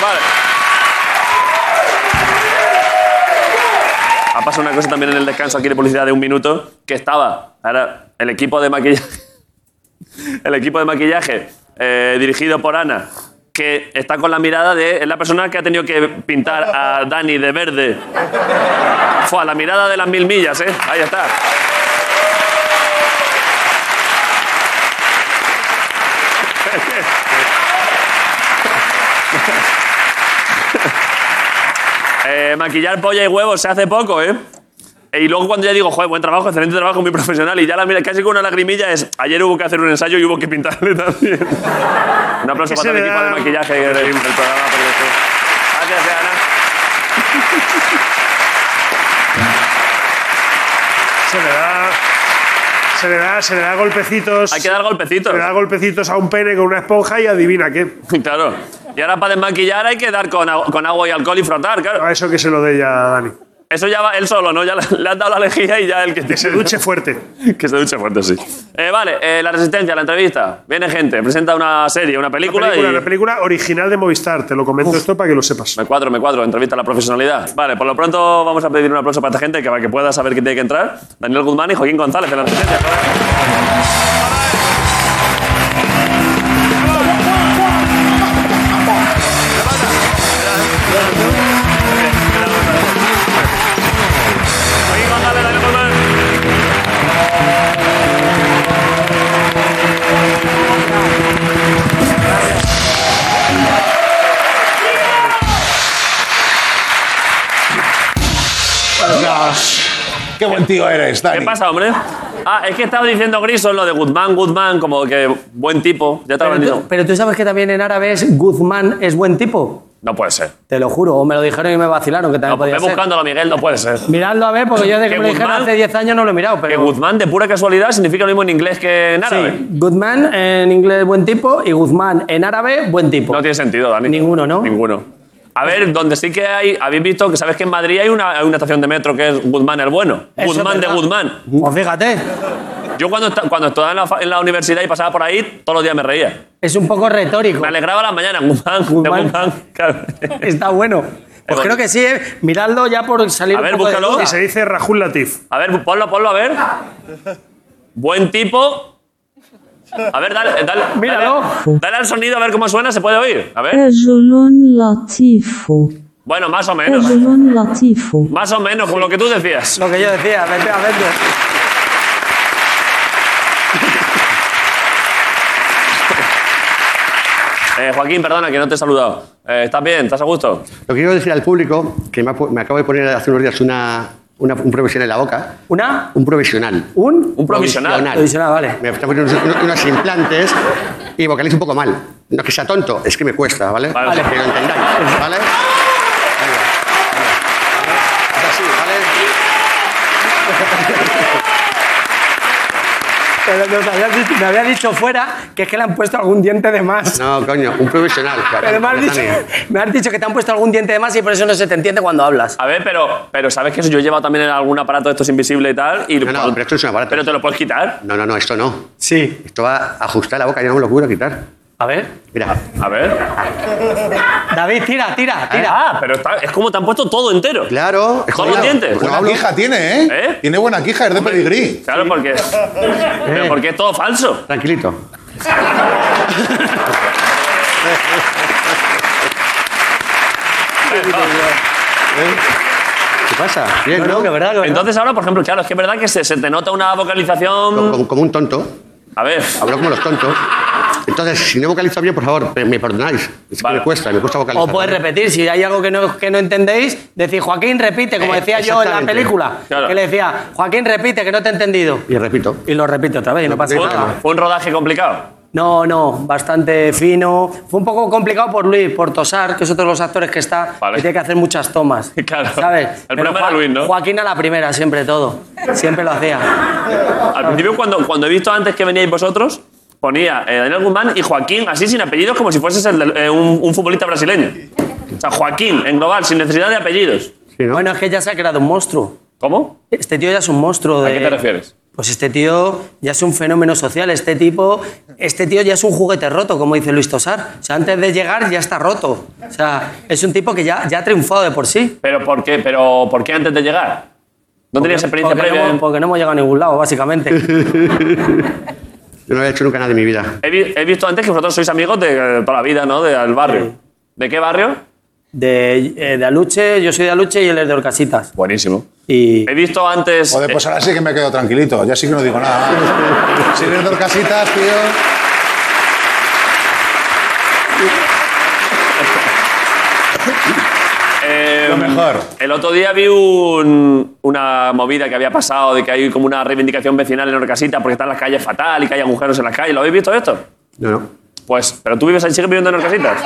S1: Vale. Ha pasado una cosa también en el descanso aquí de publicidad de un minuto que estaba. Ahora, el equipo de maquillaje. El equipo de maquillaje eh, dirigido por Ana, que está con la mirada de. Es la persona que ha tenido que pintar a Dani de verde. Fue a la mirada de las mil millas, ¿eh? Ahí está. Eh, maquillar polla y huevos se hace poco, ¿eh? Eh, Y luego cuando ya digo, joder, buen trabajo, excelente trabajo, muy profesional, y ya la mira casi con una lagrimilla es, ayer hubo que hacer un ensayo y hubo que pintarle también. un aplauso
S6: Es que se
S1: para todo el
S6: le
S1: equipo de
S6: da-
S1: maquillaje del del programa. porque sí. Gracias, Ana.
S6: Se le da. Se le da, se le da golpecitos.
S1: Hay que dar golpecitos.
S6: Se le da golpecitos a un pene con una esponja y adivina qué.
S1: Claro. Y ahora para desmaquillar hay que dar con, agu- con agua y alcohol y frotar, claro.
S6: A Ah, eso que se lo dé ya a Dani.
S1: Eso ya va él solo, ¿no? Ya le, le has dado la lejía y ya el que
S6: Que se duche fuerte.
S1: Que se duche fuerte, sí. Eh, vale, eh, la resistencia, la entrevista. Viene gente, presenta una serie, una
S6: Una
S1: película,
S6: película,
S1: y...
S6: una película original de Movistar. Te lo comento esto para que lo sepas.
S1: Me cuadro, me cuadro, entrevista a la profesionalidad. Vale, por lo pronto vamos a pedir un aplauso para esta gente que, para que pueda saber que tiene que entrar. Daniel Guzmán y Joaquín González en la resistencia. Joaquín González, Daniel Guzmán.
S5: Dios, ¡Qué buen tío eres, Dani!
S1: ¿Qué pasa, hombre? Ah, es que estaba diciendo Griso lo de Guzmán, Guzmán, como que buen tipo. Ya te
S10: Pero tú,
S1: lo he vendido.
S10: pero tú sabes que también en árabe es Guzmán es buen tipo.
S1: No puede ser.
S10: Te lo juro, o me lo dijeron y me vacilaron, que
S1: No,
S10: también
S1: pues
S10: podía
S1: ve
S10: ser.
S1: buscándolo, Miguel, no puede ser.
S10: Miradlo a ver, porque yo desde
S1: Que
S10: que me lo dijeron
S1: Guzmán-
S10: hace 10 años no lo he mirado,
S1: Que
S10: pero...
S1: Guzmán, de pura casualidad, significa lo mismo en inglés que en árabe.
S10: Sí, Guzmán eh, en inglés buen tipo y Guzmán en árabe buen tipo.
S1: No tiene sentido, Dani.
S10: Ninguno, ¿no?
S1: Ninguno. A ver, donde sí que hay, habéis visto que sabes que en Madrid hay una, hay una estación de metro que es Guzmán el Bueno.
S10: Eso es
S1: Guzmán de
S10: verdad.
S1: Guzmán.
S10: Pues fíjate,
S1: Yo cuando, esta- cuando estaba en la, fa- en la universidad y pasaba por ahí, todos los días me reía.
S10: es un poco retórico.
S1: Me alegraba las mañanas, Guzmán, de
S10: Guzmán.
S1: Guzmán. Claro.
S10: Está bueno. Pues
S1: bueno.
S10: creo que sí, ¿eh? Miradlo ya por salir
S1: A ver,
S10: un poco de
S1: búscalo.
S10: duda.
S6: Y se dice Rajul Latif.
S1: A ver, ponlo, ponlo, a ver. Buen tipo. A ver, dale, dale.
S10: Míralo.
S1: Dale, dale al sonido a ver cómo suena, se puede oír. A ver.
S11: Rajulun Latifo.
S1: Bueno, más o menos.
S11: Rajulun Latifo.
S1: Más o menos, con lo que tú decías.
S10: Lo que yo decía, efectivamente.
S1: Eh, Joaquín, perdona que no te he saludado. Eh, ¿Estás bien? ¿Estás a gusto?
S12: Lo que quiero decir al público, que me, ha pu- me acabo de poner hace unos días una, una- un provisional en la boca,
S10: ¿Una?
S12: un provisional.
S10: ¿Un?
S1: Un provisional.
S10: Provisional, vale.
S12: Me están poniendo unos, unos implantes y vocalizo un poco mal. No es que sea tonto, es que me cuesta, ¿vale?
S1: Vale. Vale.
S12: Que lo entendáis, ¿vale? Venga, venga, ¿vale? Es así, ¿vale?
S10: Pero nos había dicho, me había dicho fuera que es que le han puesto algún diente de más.
S12: No, coño, un provisional.
S10: Pero me has, dicho, me has dicho que te han puesto algún diente de más y por eso no se te entiende cuando hablas.
S1: A ver, pero, pero ¿sabes que eso? Yo he llevado también algún aparato de estos invisible y tal. Y
S12: No, no, pero esto es un aparato.
S1: Pero te lo puedes quitar.
S12: No, no, no, esto no.
S10: Sí.
S12: Esto va a ajustar la boca, yo no me lo puedo quitar.
S10: A ver.
S12: Mira,
S1: A ver.
S10: David, tira, tira, tira.
S1: Ah, pero está- es como te han puesto todo entero.
S12: claro. es
S1: Con los
S12: jodido.
S1: dientes.
S12: No
S5: Buena
S12: hablo.
S5: quija tiene, ¿eh?
S1: ¿Eh?
S5: Tiene buena quija, es de pedigrí.
S1: Claro, porque. Pero porque es todo falso.
S12: Tranquilito. ¿Eh? ¿Qué pasa? Bien, ¿no?
S1: Entonces ahora, por ejemplo, claro, es que es verdad que se, se te nota una vocalización...
S12: Como, como un tonto.
S1: A ver.
S12: Hablo como los tontos. Entonces, si no vocalizo bien, por favor, pe- me perdonáis. Es que me cuesta, me cuesta vocalizar.
S10: O puedes repetir, si hay algo que no, que no entendéis, decir Joaquín repite, como
S12: Eh,
S10: decía yo en la
S12: exactamente.
S10: película.
S12: Claro.
S10: Que le decía, Joaquín repite, que no te he entendido.
S12: Y repito.
S10: Y lo repito otra vez, y no pasa
S1: ¿Fue-
S10: nada.
S1: ¿Fue un rodaje complicado?
S10: No, no, bastante fino. Fue un poco complicado por Luis, por Tosar, que es otro de los actores que está, que tiene que hacer muchas tomas.
S1: Claro.
S10: ¿Sabes?
S1: El problema era Luis, ¿no?
S10: Joaquín a la primera, siempre todo. Siempre lo hacía.
S1: Al principio, cuando, cuando he visto antes que veníais vosotros, ponía eh, Daniel Guzmán y Joaquín, así sin apellidos, como si fueses el del- eh, un, un futbolista brasileño. O sea, Joaquín, en global, sin necesidad de apellidos.
S10: Bueno, es que ya se ha creado un monstruo.
S1: ¿Cómo?
S10: Este tío ya es un monstruo.
S1: ¿A
S10: De...
S1: qué te refieres?
S10: Pues este tío ya es un fenómeno social, este tipo, este tío ya es un juguete roto, como dice Luis Tosar. O sea, antes de llegar ya está roto. O sea, es un tipo que ya, ya ha triunfado de por sí.
S1: ¿Pero por qué, Pero, ¿por qué antes de llegar? ¿No tenías experiencia
S10: porque
S1: previa?
S10: No, hemos- porque no hemos llegado a ningún lado, básicamente.
S12: Yo no lo he hecho nunca nada en mi vida.
S1: He, vi- he visto antes que vosotros sois amigos de eh, toda la vida, ¿no? De- Del barrio. ¿De qué barrio?
S10: De, eh, de Aluche, yo soy de Aluche y él es de Orcasitas.
S1: Buenísimo.
S10: Y
S1: He visto antes... eh,
S5: Joder, pues ahora sí que me quedo tranquilito. Ya sí que no digo nada. Si eres de Orcasitas, tío.
S1: Eh,
S5: Lo mejor.
S1: El otro día vi un- una movida que había pasado de que hay como una reivindicación vecinal en Orcasita porque están las calles fatal y que hay agujeros en las calles. ¿Lo habéis visto esto?
S12: No, no.
S1: Pues, pero tú vives ahí, sigues viviendo en Orcasitas.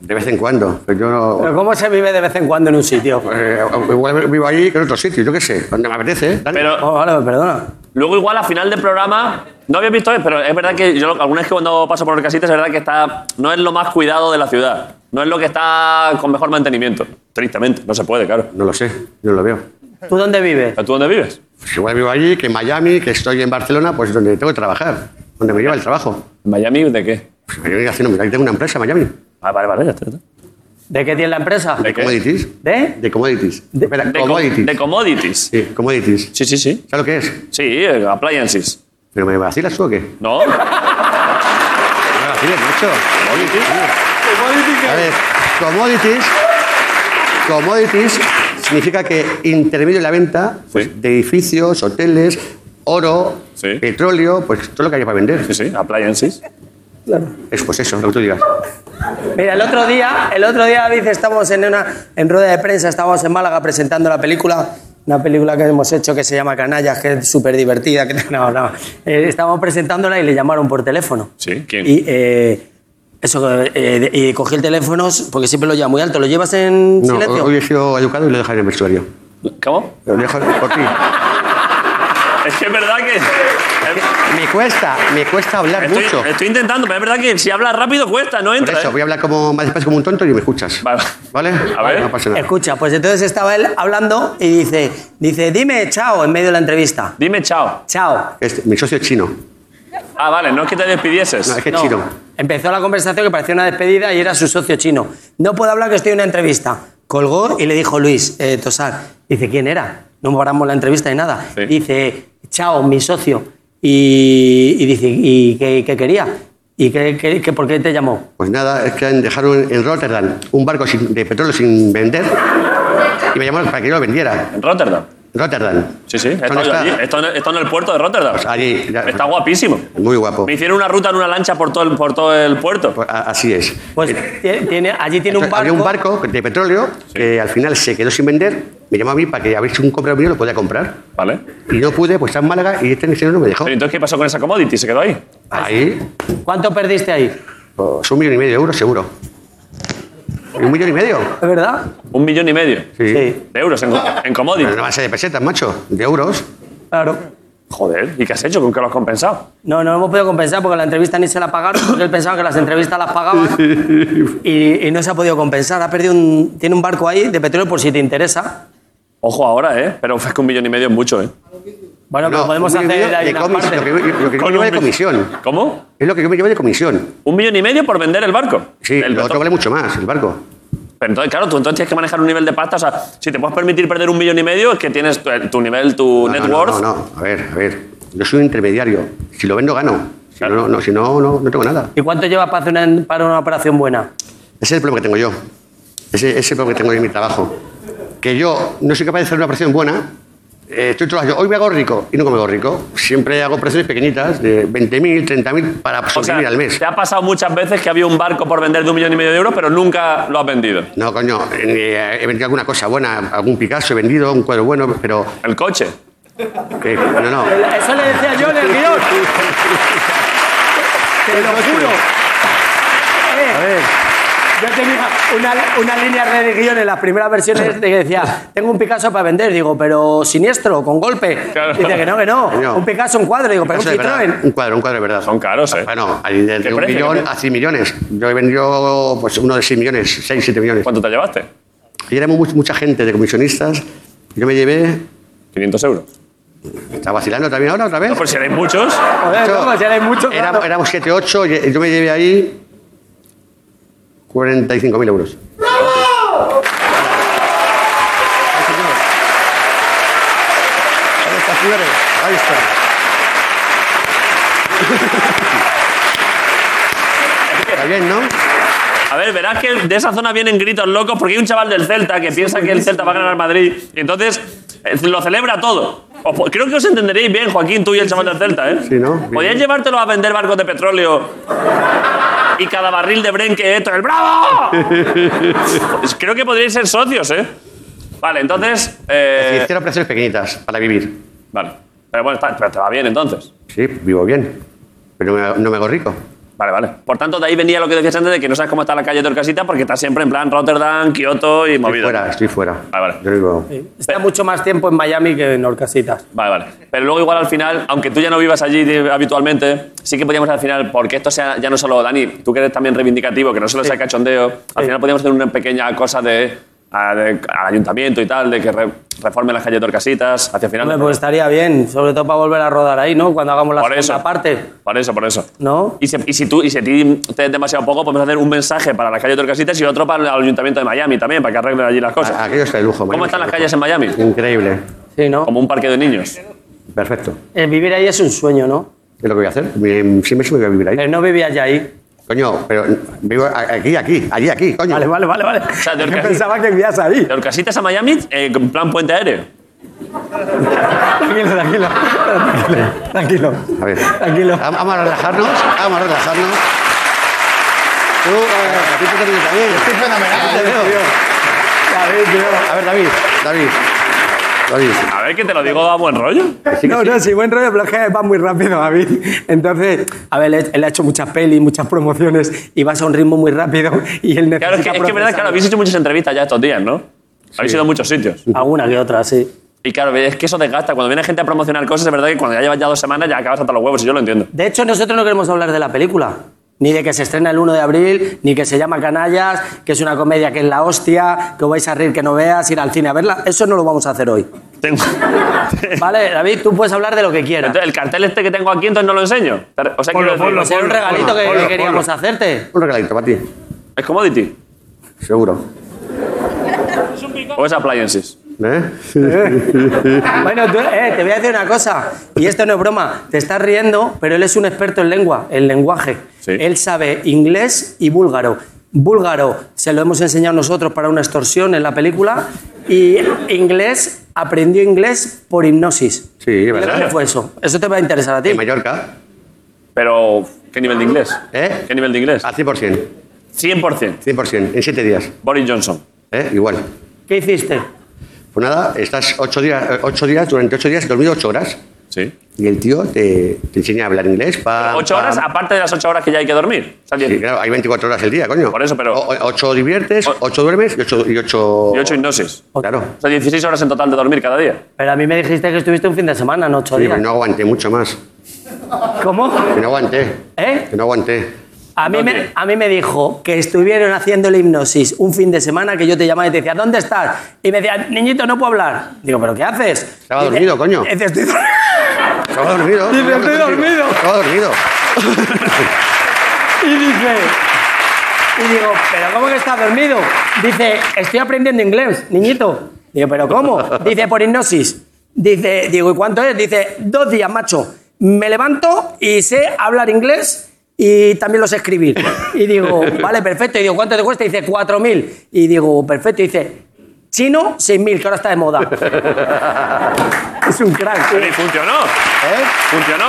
S12: De vez en cuando. Pero yo no.
S10: ¿Pero cómo se vive de vez en cuando en un sitio?
S12: Eh, igual vivo ahí que en otro sitio, yo qué sé, donde me apetece. dale.
S1: Pero
S10: Oh, vale, perdona.
S1: luego igual al final del programa no habéis visto esto, pero es verdad que yo alguna vez que cuando paso por Orcasitas es verdad que está no es lo más cuidado de la ciudad, no es lo que está con mejor mantenimiento. Tristemente, no se puede, claro.
S12: No lo sé, yo no lo veo.
S10: ¿Tú dónde vives?
S1: ¿Pero tú dónde vives?
S12: Pues igual vivo allí que en Miami, que estoy en Barcelona, pues donde tengo que trabajar, donde me lleva el trabajo.
S1: ¿En Miami de qué?
S12: Pues me voy haciendo, mira, aquí tengo una empresa en Miami,
S1: Ah, vale, vale, ya está. ya está.
S10: ¿De qué tiene la empresa?
S1: ¿De qué?
S12: commodities.
S10: ¿De?
S12: De commodities. Espera,
S1: De, co-
S12: commodities.
S1: de commodities.
S12: Sí, commodities.
S1: Sí, sí, sí.
S12: ¿Sabes lo que es?
S1: Sí, eh, appliances.
S12: ¿Pero me vacilas tú o qué? Me
S1: No.
S12: vacilas, macho.
S1: ¿Commodities?
S12: A ver, commodities. Commodities significa que intermedio en la venta pues,
S1: Sí.
S12: de edificios, hoteles, oro,
S1: Sí.
S12: petróleo, pues todo lo que haya para vender.
S1: Sí, sí, appliances.
S12: Es pues eso, lo que tú digas.
S10: Mira, el otro día, el otro día, David, estamos en una en rueda de prensa, estábamos en Málaga presentando la película, una película que hemos hecho que se llama Canallas, que es súper divertida, que no, no. Eh, estábamos presentándola y le llamaron por teléfono.
S1: Sí, ¿quién?
S10: Y eh, eso, eh, y cogí el teléfono porque siempre lo lleva muy alto. ¿Lo llevas en
S12: No,
S10: silencio?
S12: hoy he sido educado y lo dejaré en el vestuario.
S1: ¿Cómo?
S12: Lo dejo por ti.
S1: Es que es verdad que. eh,
S12: Me cuesta, me cuesta hablar mucho.
S1: Estoy, estoy intentando, pero es verdad que si hablas rápido cuesta, no
S12: Por
S1: entra.
S12: eso,
S1: ¿eh?
S12: voy a hablar como más despacio como un tonto y me escuchas.
S1: Vale.
S12: ¿Vale?
S1: A ver.
S12: No pasa nada.
S10: Escucha, pues entonces estaba él hablando y dice, dice, dime chao en medio de la entrevista.
S1: Dime chao.
S10: Chao.
S12: Este, mi socio es chino.
S1: Ah, vale, no es que te despidieses.
S12: No, es que es
S10: No,
S12: chino.
S10: Empezó la conversación que parecía una despedida y era su socio chino. No puedo hablar que estoy en una entrevista. Colgó y le dijo Luis eh, Tosar. Dice, ¿quién era? No paramos la entrevista ni nada.
S1: Sí.
S10: Dice, chao, mi socio. Y, y dice, ¿y qué, qué quería? ¿Y qué, qué- qué- por qué te llamó?
S12: Pues nada, es que han dejado en, en Rotterdam un barco sin- de petróleo sin vender y me llamaron para que yo lo vendiera.
S1: En Rotterdam.
S12: Rotterdam.
S1: Sí, sí. Esto,
S12: ¿Dónde está?
S1: allí, esto en, esto en el puerto de Rotterdam.
S12: Allí, ya-
S1: Está guapísimo.
S12: Muy guapo.
S1: Me hicieron una ruta en una lancha por todo el, por todo el puerto.
S12: Pues a- así es.
S10: Pues tie- tiene, allí tiene un
S12: Entonces,
S10: barco.
S12: Había un barco de petróleo que al final se quedó sin vender. Me llamó a mí para que a ver si un comprador mío lo podía comprar.
S1: Vale.
S12: Y yo pude, pues está en Málaga y este ingeniero no me dejó.
S1: Pero entonces, ¿qué pasó con esa commodity? ¿Se quedó ahí?
S12: Ahí,
S10: ¿Cuánto perdiste ahí?
S12: pues un millón y medio de euros seguro. ¿Un millón y medio?
S10: ¿Es verdad?
S1: Un millón y medio
S12: Sí.
S1: de euros en, en
S12: Pero
S1: commodity.
S12: no va a ser de pesetas, macho, de euros.
S10: Claro.
S1: Joder, ¿y qué has hecho? ¿Con qué lo has compensado?
S10: No, no lo hemos podido compensar porque la entrevista ni se la pagaron, porque él pensaba que las entrevistas las pagaban y, y no se ha podido compensar. Ha perdido un, tiene un barco ahí de petróleo por si te interesa.
S1: Ojo ahora, ¿eh? Pero es que un millón y medio es mucho, ¿eh?
S10: Bueno, pero
S12: No,
S10: podemos
S12: un
S10: hacer
S12: millón y medio
S10: ahí
S12: de
S10: una
S12: comis-
S10: parte.
S12: Lo que, yo- lo que yo
S1: Con
S12: me llevo
S1: un
S12: de
S1: mi-
S12: comisión.
S1: ¿Cómo?
S12: Es lo que yo me llevo de comisión.
S1: Un millón y medio por vender el barco.
S12: Sí,
S1: El
S12: el
S1: petró-
S12: otro vale mucho más, el barco.
S1: Pero entonces, claro, tú entonces tienes que manejar un nivel de pasta. O sea, si te puedes permitir perder un millón y medio, es que tienes tu, tu nivel, tu
S12: No,
S1: net
S12: no, no,
S1: worth.
S12: No, no, a ver, a ver. Yo soy un intermediario. Si lo vendo, gano. Si
S1: Claro.
S12: no, no, si no, no, no tengo nada.
S10: ¿Y cuánto lleva para hacer una, para una operación buena?
S12: Ese es el problema que tengo yo. Ese, ese problema que tengo en mi trabajo. Que yo no soy capaz de hacer una operación buena. Eh, estoy todas las hoy me hago rico y nunca me hago rico. Siempre hago operaciones pequeñitas, de 20.000, 30.000 para
S1: O sea,
S12: sobrevivir al mes.
S1: te ha pasado muchas veces que había un barco por vender de un millón y medio de euros, pero nunca lo has vendido.
S12: No, coño, eh, he vendido alguna cosa buena, algún Picasso he vendido, un cuadro bueno, pero... Eh,
S1: ¿El coche?
S12: no, no.
S10: Eso le decía yo en el guión. Te lo juro. Eh, Yo tenía una, una línea de guión en las primeras versiones de que decía, tengo un Picasso para vender, digo, pero siniestro, con golpe. Dice que no, que no.
S12: Coño.
S10: Un Picasso, un cuadro, digo, pero un
S12: Picasso de
S10: Citroën.
S12: verdad, un cuadro, un cuadro de verdad. Son
S1: caros, ¿eh?
S12: Bueno, hay de, de
S1: ¿Qué
S12: un
S1: precio, qué
S12: millón
S1: precio?
S12: a 100 millones. Yo he vendido pues, uno de 6 millones, 6, 7 millones.
S1: ¿Cuánto te llevaste?
S12: Y éramos mu- mucha gente de comisionistas. Yo me llevé...
S1: 500 euros.
S12: ¿Está vacilando también ahora, otra vez?
S1: No, por si erais muchos.
S10: Joder, no, pues ya hay mucho.
S12: Éramos- éramos 7, 8, yo me llevé ahí 45.000 euros. Ahí está, señores, ahí está. Está bien, ¿no?
S1: A ver, verás que de esa zona vienen gritos locos porque hay un chaval del Celta que piensa que el Celta va a ganar al Madrid y entonces eh, lo celebra todo. Os po- creo que os entenderéis bien, Joaquín, tú y el chaval del Celta, ¿eh?
S12: Sí, ¿no?
S1: Podías llevártelo a vender barcos de petróleo y cada barril de Bren que esto, el bravo. Pues creo que podríais ser socios, ¿eh? Vale, entonces. eh,
S12: Hicieron operaciones pequeñitas para vivir.
S1: vale. Pero bueno, está- pero te va bien entonces.
S12: Sí, vivo bien, pero no me, no me hago rico.
S1: Vale, vale. Por tanto, de ahí venía lo que decías antes de que no sabes cómo está la calle de Orcasita porque está siempre en plan Rotterdam, Kioto y
S12: Estoy
S1: movida. Ah,
S12: fuera, estoy fuera.
S1: Vale, vale.
S12: Yo digo,
S10: Está mucho más tiempo en Miami que en Orcasitas.
S1: Vale, vale. Pero luego igual al final, aunque tú ya no vivas allí de- habitualmente, sí que podíamos al final, porque esto sea ya no solo Dani, tú que eres también reivindicativo, que no solo sea cachondeo, al final podíamos hacer una pequeña cosa de, a- de- al ayuntamiento y tal, de que re- reformen las calles de Orcasitas hacia el final. del
S10: Hombre, pues estaría bien, sobre todo para volver a rodar ahí, ¿no? Cuando hagamos la
S1: Por
S10: segunda
S1: eso.
S10: parte.
S1: programa. Por eso, por eso.
S10: ¿No?
S1: Y, se- y si tú y si a ti te es demasiado poco, podemos hacer un mensaje para las calles de Orcasitas y otro para el ayuntamiento de Miami también, para que arreglen allí las cosas.
S12: a- aquello está de lujo.
S1: ¿Cómo
S12: Miami
S1: están las
S12: está de
S1: calles en Miami?
S12: lujo. Increíble.
S10: Sí, ¿no?
S1: Como un parque de niños.
S12: Perfecto.
S10: Eh, vivir ahí es un sueño, ¿no?
S12: Es lo que voy a hacer. Mi- Siempre se me voy a vivir ahí.
S10: Pero no vivías ya ahí.
S12: Coño, pero vivo a- aquí, aquí, allí, aquí, coño.
S10: Vale, vale, vale, vale.
S1: O sea,
S10: Yo
S1: de Orcasitas,
S10: pensaba que vivías ahí.
S1: de Orcasitas a Miami, eh, en plan puente aéreo.
S10: Tranquilo, tranquilo. Tranquilo.
S12: A ver. Vam- Vamos a relajarnos, vamos a relajarnos. Tú, eh, a ti te vienes también.
S5: Estoy fenomenal,
S12: Te veo. A ver, David, David. David.
S1: A ver, que te lo digo a buen rollo.
S10: No, no, sí, buen rollo, pero es que va muy rápido, David. Entonces, a ver, él, él ha hecho muchas pelis, muchas promociones y vas a un ritmo muy rápido y él necesita.
S1: Claro, es que, es que es verdad,
S10: procesar.
S1: claro, habéis hecho muchas entrevistas ya estos días, ¿no? Habéis ido a muchos sitios.
S10: Alguna que otra, sí.
S1: Y claro, es que eso desgasta. Cuando viene gente a promocionar cosas, es verdad que cuando ya llevas ya dos semanas ya acabas hasta los huevos, y yo lo entiendo.
S10: De hecho, nosotros no queremos hablar de la película. Ni de que se estrena el 1 de abril, ni que se llama Canallas, que es una comedia que es la hostia, que os vais a reír que no veas, ir al cine a verla. Eso no lo vamos a hacer hoy.
S1: Tengo-
S10: Vale, David, tú puedes hablar de lo que quieras.
S1: Entonces, el cartel este que tengo aquí, entonces no lo enseño. O sea, quiero decir-
S10: Pues era un regalito que que queríamos hacerte.
S12: Un regalito para ti,
S1: ¿Es commodity?
S12: seguro.
S1: ¿O es appliances?
S12: ¿Eh?
S10: Bueno, tú- eh, te voy a decir una cosa, y esto no es broma, te estás riendo, pero él es un experto en lengua, en lenguaje. Él sabe inglés y búlgaro. Búlgaro se lo hemos enseñado nosotros para una extorsión en la película, y inglés, aprendió inglés por hipnosis.
S12: Sí,
S10: Mira ¿Cómo
S12: ¿verdad?
S10: fue eso? Eso te va a interesar a ti.
S12: En Mallorca,
S1: Pero, ¿qué nivel de inglés?
S12: ¿eh?
S1: ¿Qué nivel de inglés?
S12: Al 100%.
S1: 100%.
S12: 100%, en 7 días,
S1: Boris Johnson.
S12: ¿eh? Igual.
S10: ¿Qué hiciste?
S12: Pues nada, estás 8 días, eh, ocho días durante 8 días, dormido 8 horas.
S1: Sí.
S12: Y el tío te, te enseña a hablar inglés. Pa,
S1: ¿Ocho
S12: pa-
S1: horas aparte de las ocho horas que ya hay que dormir? O sea,
S12: Sí, claro, hay 24 horas el día, coño.
S1: Por eso, pero-
S12: 8 diviertes, 8 duermes y 8... Y 8...
S1: y ocho hipnosis.
S12: Claro.
S1: O sea, 16 horas en total de dormir cada día.
S10: Pero a mí me dijiste que estuviste un fin de semana, no ocho
S12: Sí,
S10: días.
S12: pero no aguanté mucho más.
S10: ¿Cómo?
S12: Que no aguanté.
S10: ¿Eh?
S12: Que no aguanté.
S10: A mí, me, a mí me dijo que estuvieron haciendo la hipnosis un fin de semana que yo te llamaba y te decía, ¿dónde estás? Y me decía, niñito, no puedo hablar. Digo, ¿pero qué haces?
S12: Estaba dormido, coño.
S10: Dice, estoy dormido.
S12: Estaba dormido.
S10: Dice, estoy dormido.
S12: Estaba dormido.
S10: Y dice, y digo, ¿pero cómo que estás dormido? Dice, estoy aprendiendo inglés, niñito. Digo, ¿pero cómo? Dice, por hipnosis. Dice, digo, ¿y cuánto es? Dice, dos días, macho. Me levanto y sé hablar inglés y también los escribí. Y digo, vale, perfecto. Y digo, ¿cuánto te cuesta? Y dice, 4.000. Y digo, perfecto. Y dice, chino, 6.000, que ahora está de moda. es un crack. ¿eh?
S1: Y funcionó.
S12: ¿Eh?
S1: Funcionó.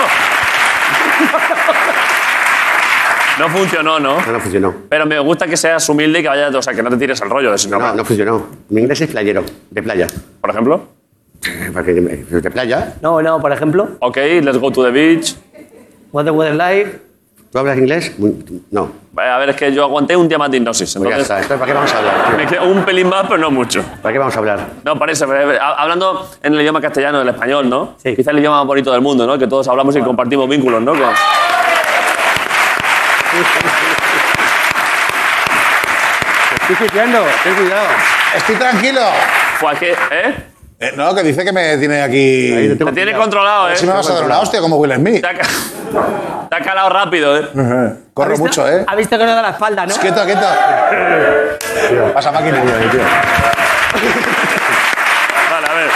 S1: No funcionó, ¿no?
S12: No, no funcionó.
S1: Pero me gusta que seas humilde y que vayas, o sea, que no te tires al rollo. Es
S12: No,
S1: normal.
S12: no funcionó. Mi inglés es playero, de playa.
S1: ¿Por ejemplo?
S12: Porque de playa.
S10: No, no, por ejemplo.
S1: Ok, let's go to the beach.
S10: What the weather like.
S12: ¿Tú hablas inglés? Muy- No.
S1: Vale, Eh, a ver, es que yo aguanté un día más de hipnosis.
S12: Pues ya
S1: Entonces,
S12: está. Entonces, ¿para qué vamos a hablar? tío?
S1: me queda un pelín más, pero no mucho.
S12: ¿Para qué vamos a hablar?
S1: No, parece. pero, eh, ha- Hablando en el idioma castellano, el español, ¿no? Sí. Quizá el idioma más bonito del mundo, ¿no? Que todos hablamos y compartimos vínculos, ¿no? Que-
S12: Estoy escuchando, ten cuidado.
S5: Estoy tranquilo.
S1: Pues que, ¿eh?
S5: Eh, no, que dice que me tiene aquí.
S1: Te tiene controlado, ¿eh?
S5: Si me vas a dar una hostia como Will Smith.
S1: Te ha, ca- te ha calado rápido, ¿eh?
S5: Corro mucho, ¿eh?
S10: Ha visto que no da la espalda, ¿no?
S5: Quieto, quieto. Pasa máquina.
S1: Vale, a ver.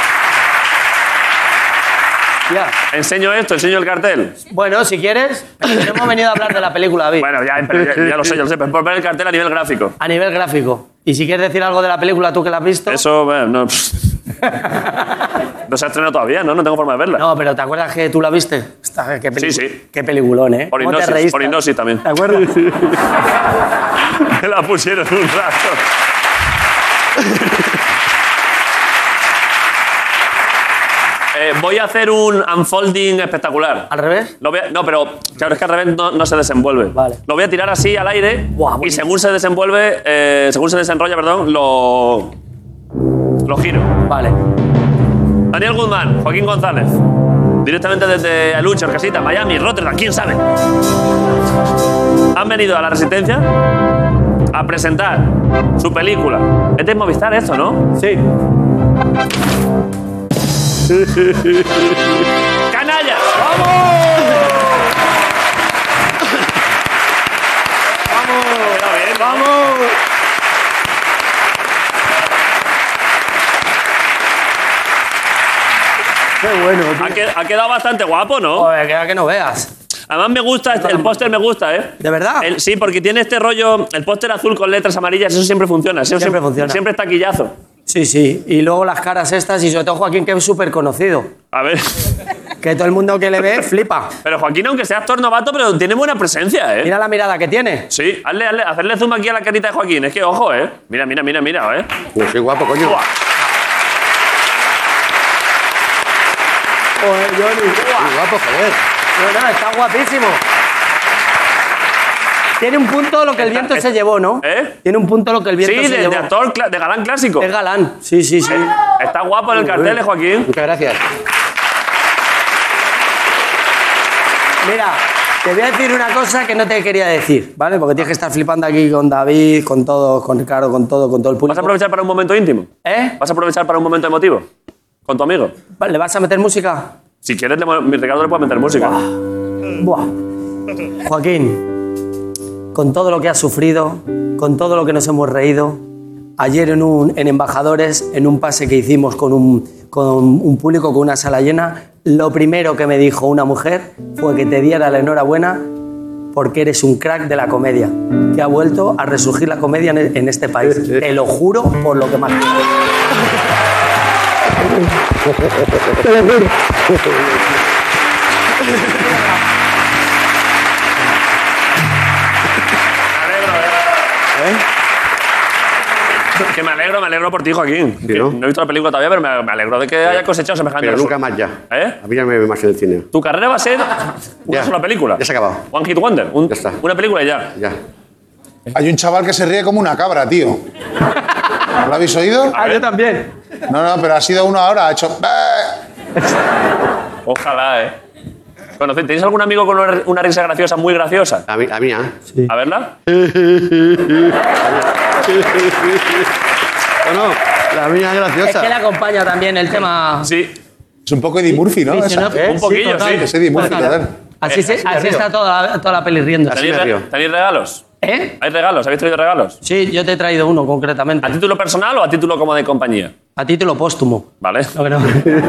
S10: Ya.
S1: Enseño esto, enseño el cartel.
S10: Bueno, si quieres, pero no hemos venido a hablar de la película, David.
S1: Bueno, ya, pero ya, ya lo sé, ya lo sé. Pero por ver el cartel a nivel gráfico.
S10: A nivel gráfico. Y si quieres decir algo de la película, tú que la has visto.
S1: Eso, bueno, no. No se ha estrenado todavía, ¿no? No tengo forma de verla.
S10: No, pero ¿te acuerdas que tú la viste? Esta- qué
S1: Sí,
S10: pelicu-
S1: sí.
S10: Qué peliculón, ¿eh?
S1: Por
S10: ¿Cómo te
S1: hipnosis,
S10: reíste?
S1: por hipnosis también.
S10: ¿Te acuerdas?
S1: Me la pusieron un rato. Eh, voy a hacer un unfolding espectacular.
S10: ¿Al revés?
S1: Lo voy a- no, pero claro, es que al revés no, no se desenvuelve.
S10: Vale.
S1: Lo voy a tirar así al aire
S10: Buah,
S1: y
S10: buenísimo.
S1: según se desenvuelve, eh, según se desenrolla, perdón, lo, lo giro.
S10: Vale.
S1: Daniel Guzmán, Joaquín González. Directamente desde Aluche, Orcasita, Miami, Rotterdam, quién sabe. Han venido a la Resistencia a presentar su película. Es de Movistar esto, ¿no?
S10: Sí.
S1: ¡Canallas! ¡Vamos! ¡Vamos! ¡Vamos!
S10: Qué bueno,
S1: Ha,
S10: tío.
S1: qued- ha quedado bastante guapo, ¿no?
S10: Joder, que, que no veas.
S1: Además me gusta, este- el póster me gusta, ¿eh?
S10: ¿De verdad?
S1: El- sí, porque tiene este rollo, el póster azul con letras amarillas, eso siempre funciona. Siempre,
S10: Siempre funciona.
S1: Siempre está quillazo.
S10: Sí, sí. Y luego las caras estas y sobre todo Joaquín, que es súper conocido.
S1: A ver.
S10: Que todo el mundo que le ve flipa.
S1: Pero Joaquín, aunque sea actor novato, pero tiene buena presencia, ¿eh?
S10: Mira la mirada que tiene.
S1: Sí, hazle, hazle, hacerle zoom aquí a la carita de Joaquín. Es que ojo, ¿eh? Mira, mira, mira, mira, ¿eh?
S12: No soy guapo, coño.
S1: Buah.
S10: Joder, Johnny.
S12: Soy guapo, joder.
S10: No, no, está guapísimo. Tiene un punto lo que el viento se llevó, ¿no?
S1: ¿Eh?
S10: Tiene un punto lo que el
S1: Sí,
S10: viento se
S1: de,
S10: llevó.
S1: de actor, cla- de galán clásico.
S10: Es galán. Sí, sí, sí.
S1: Está guapo en el cartel, ¿eh, Joaquín.
S12: Muchas gracias.
S10: Mira, te voy a decir una cosa que no te quería decir, ¿vale? Porque tienes que estar flipando aquí con David, con todos, con Ricardo, con todo, con todo el
S1: ¿Vas a
S10: público.
S1: aprovechar para un momento íntimo?
S10: ¿Eh?
S1: ¿Vas a aprovechar para un momento emotivo? Con tu amigo.
S10: Vale, ¿Le vas a meter música?
S1: Si quieres, le mo- mi Ricardo le puede meter música.
S10: Buah. Joaquín, con todo lo que has sufrido, con todo lo que nos hemos reído, ayer en, un, en Embajadores, en un pase que hicimos con un, con un público, con una sala llena, lo primero que me dijo una mujer fue que te diera la enhorabuena porque eres un crack de la comedia, que ha vuelto a resurgir la comedia en, en este país. Te lo juro por lo que más... quiero.
S1: Me alegro, ¿eh? Que me alegro, me alegro por ti, Joaquín. Que
S12: ¿no?
S1: ¿no? he visto la película todavía, pero me, me alegro de que haya cosechado semejante
S12: Pero nunca
S1: resultado.
S12: más ya.
S1: ¿Eh?
S12: A mí ya me ve más en el cine.
S1: Tu carrera va a ser una
S12: Ya.
S1: sola película.
S12: Ya se ha acabado.
S1: One Hit Wonder. Un-
S12: Ya está.
S1: Una película y ya.
S12: Ya.
S5: Hay un chaval que se ríe como una cabra, tío. ¿Lo habéis oído?
S10: Ah, yo también.
S5: No, no, pero ha sido uno ahora. Ha hecho.
S1: Ojalá, ¿eh? ¿Conoce- ¿Tenéis algún amigo con una, una risa graciosa, muy graciosa?
S12: A mí, a mí, ¿ah?
S1: A verla.
S12: ¿O no? La mía es
S10: Es que le
S12: graciosa.
S10: acompaña también el tema...
S1: Sí.
S5: Es un poco Eddie Murphy, ¿no?
S10: Sí, sí,
S5: Esa.
S10: ¿no? ¿Eh?
S1: Un poquillo,
S10: total.
S1: sí. Eh,
S5: Es Eddie Murphy, total.
S10: Así, se- así está toda la, toda la peli riendo.
S12: Así
S1: ¿Tenéis,
S12: me
S1: re-
S12: río.
S1: tenéis regalos?
S10: ¿Eh?
S1: ¿Hay regalos? ¿Habéis traído regalos?
S10: Sí, yo te he traído uno concretamente.
S1: ¿A título personal o a título como de compañía?
S10: A título póstumo.
S1: Vale.
S10: No, que no.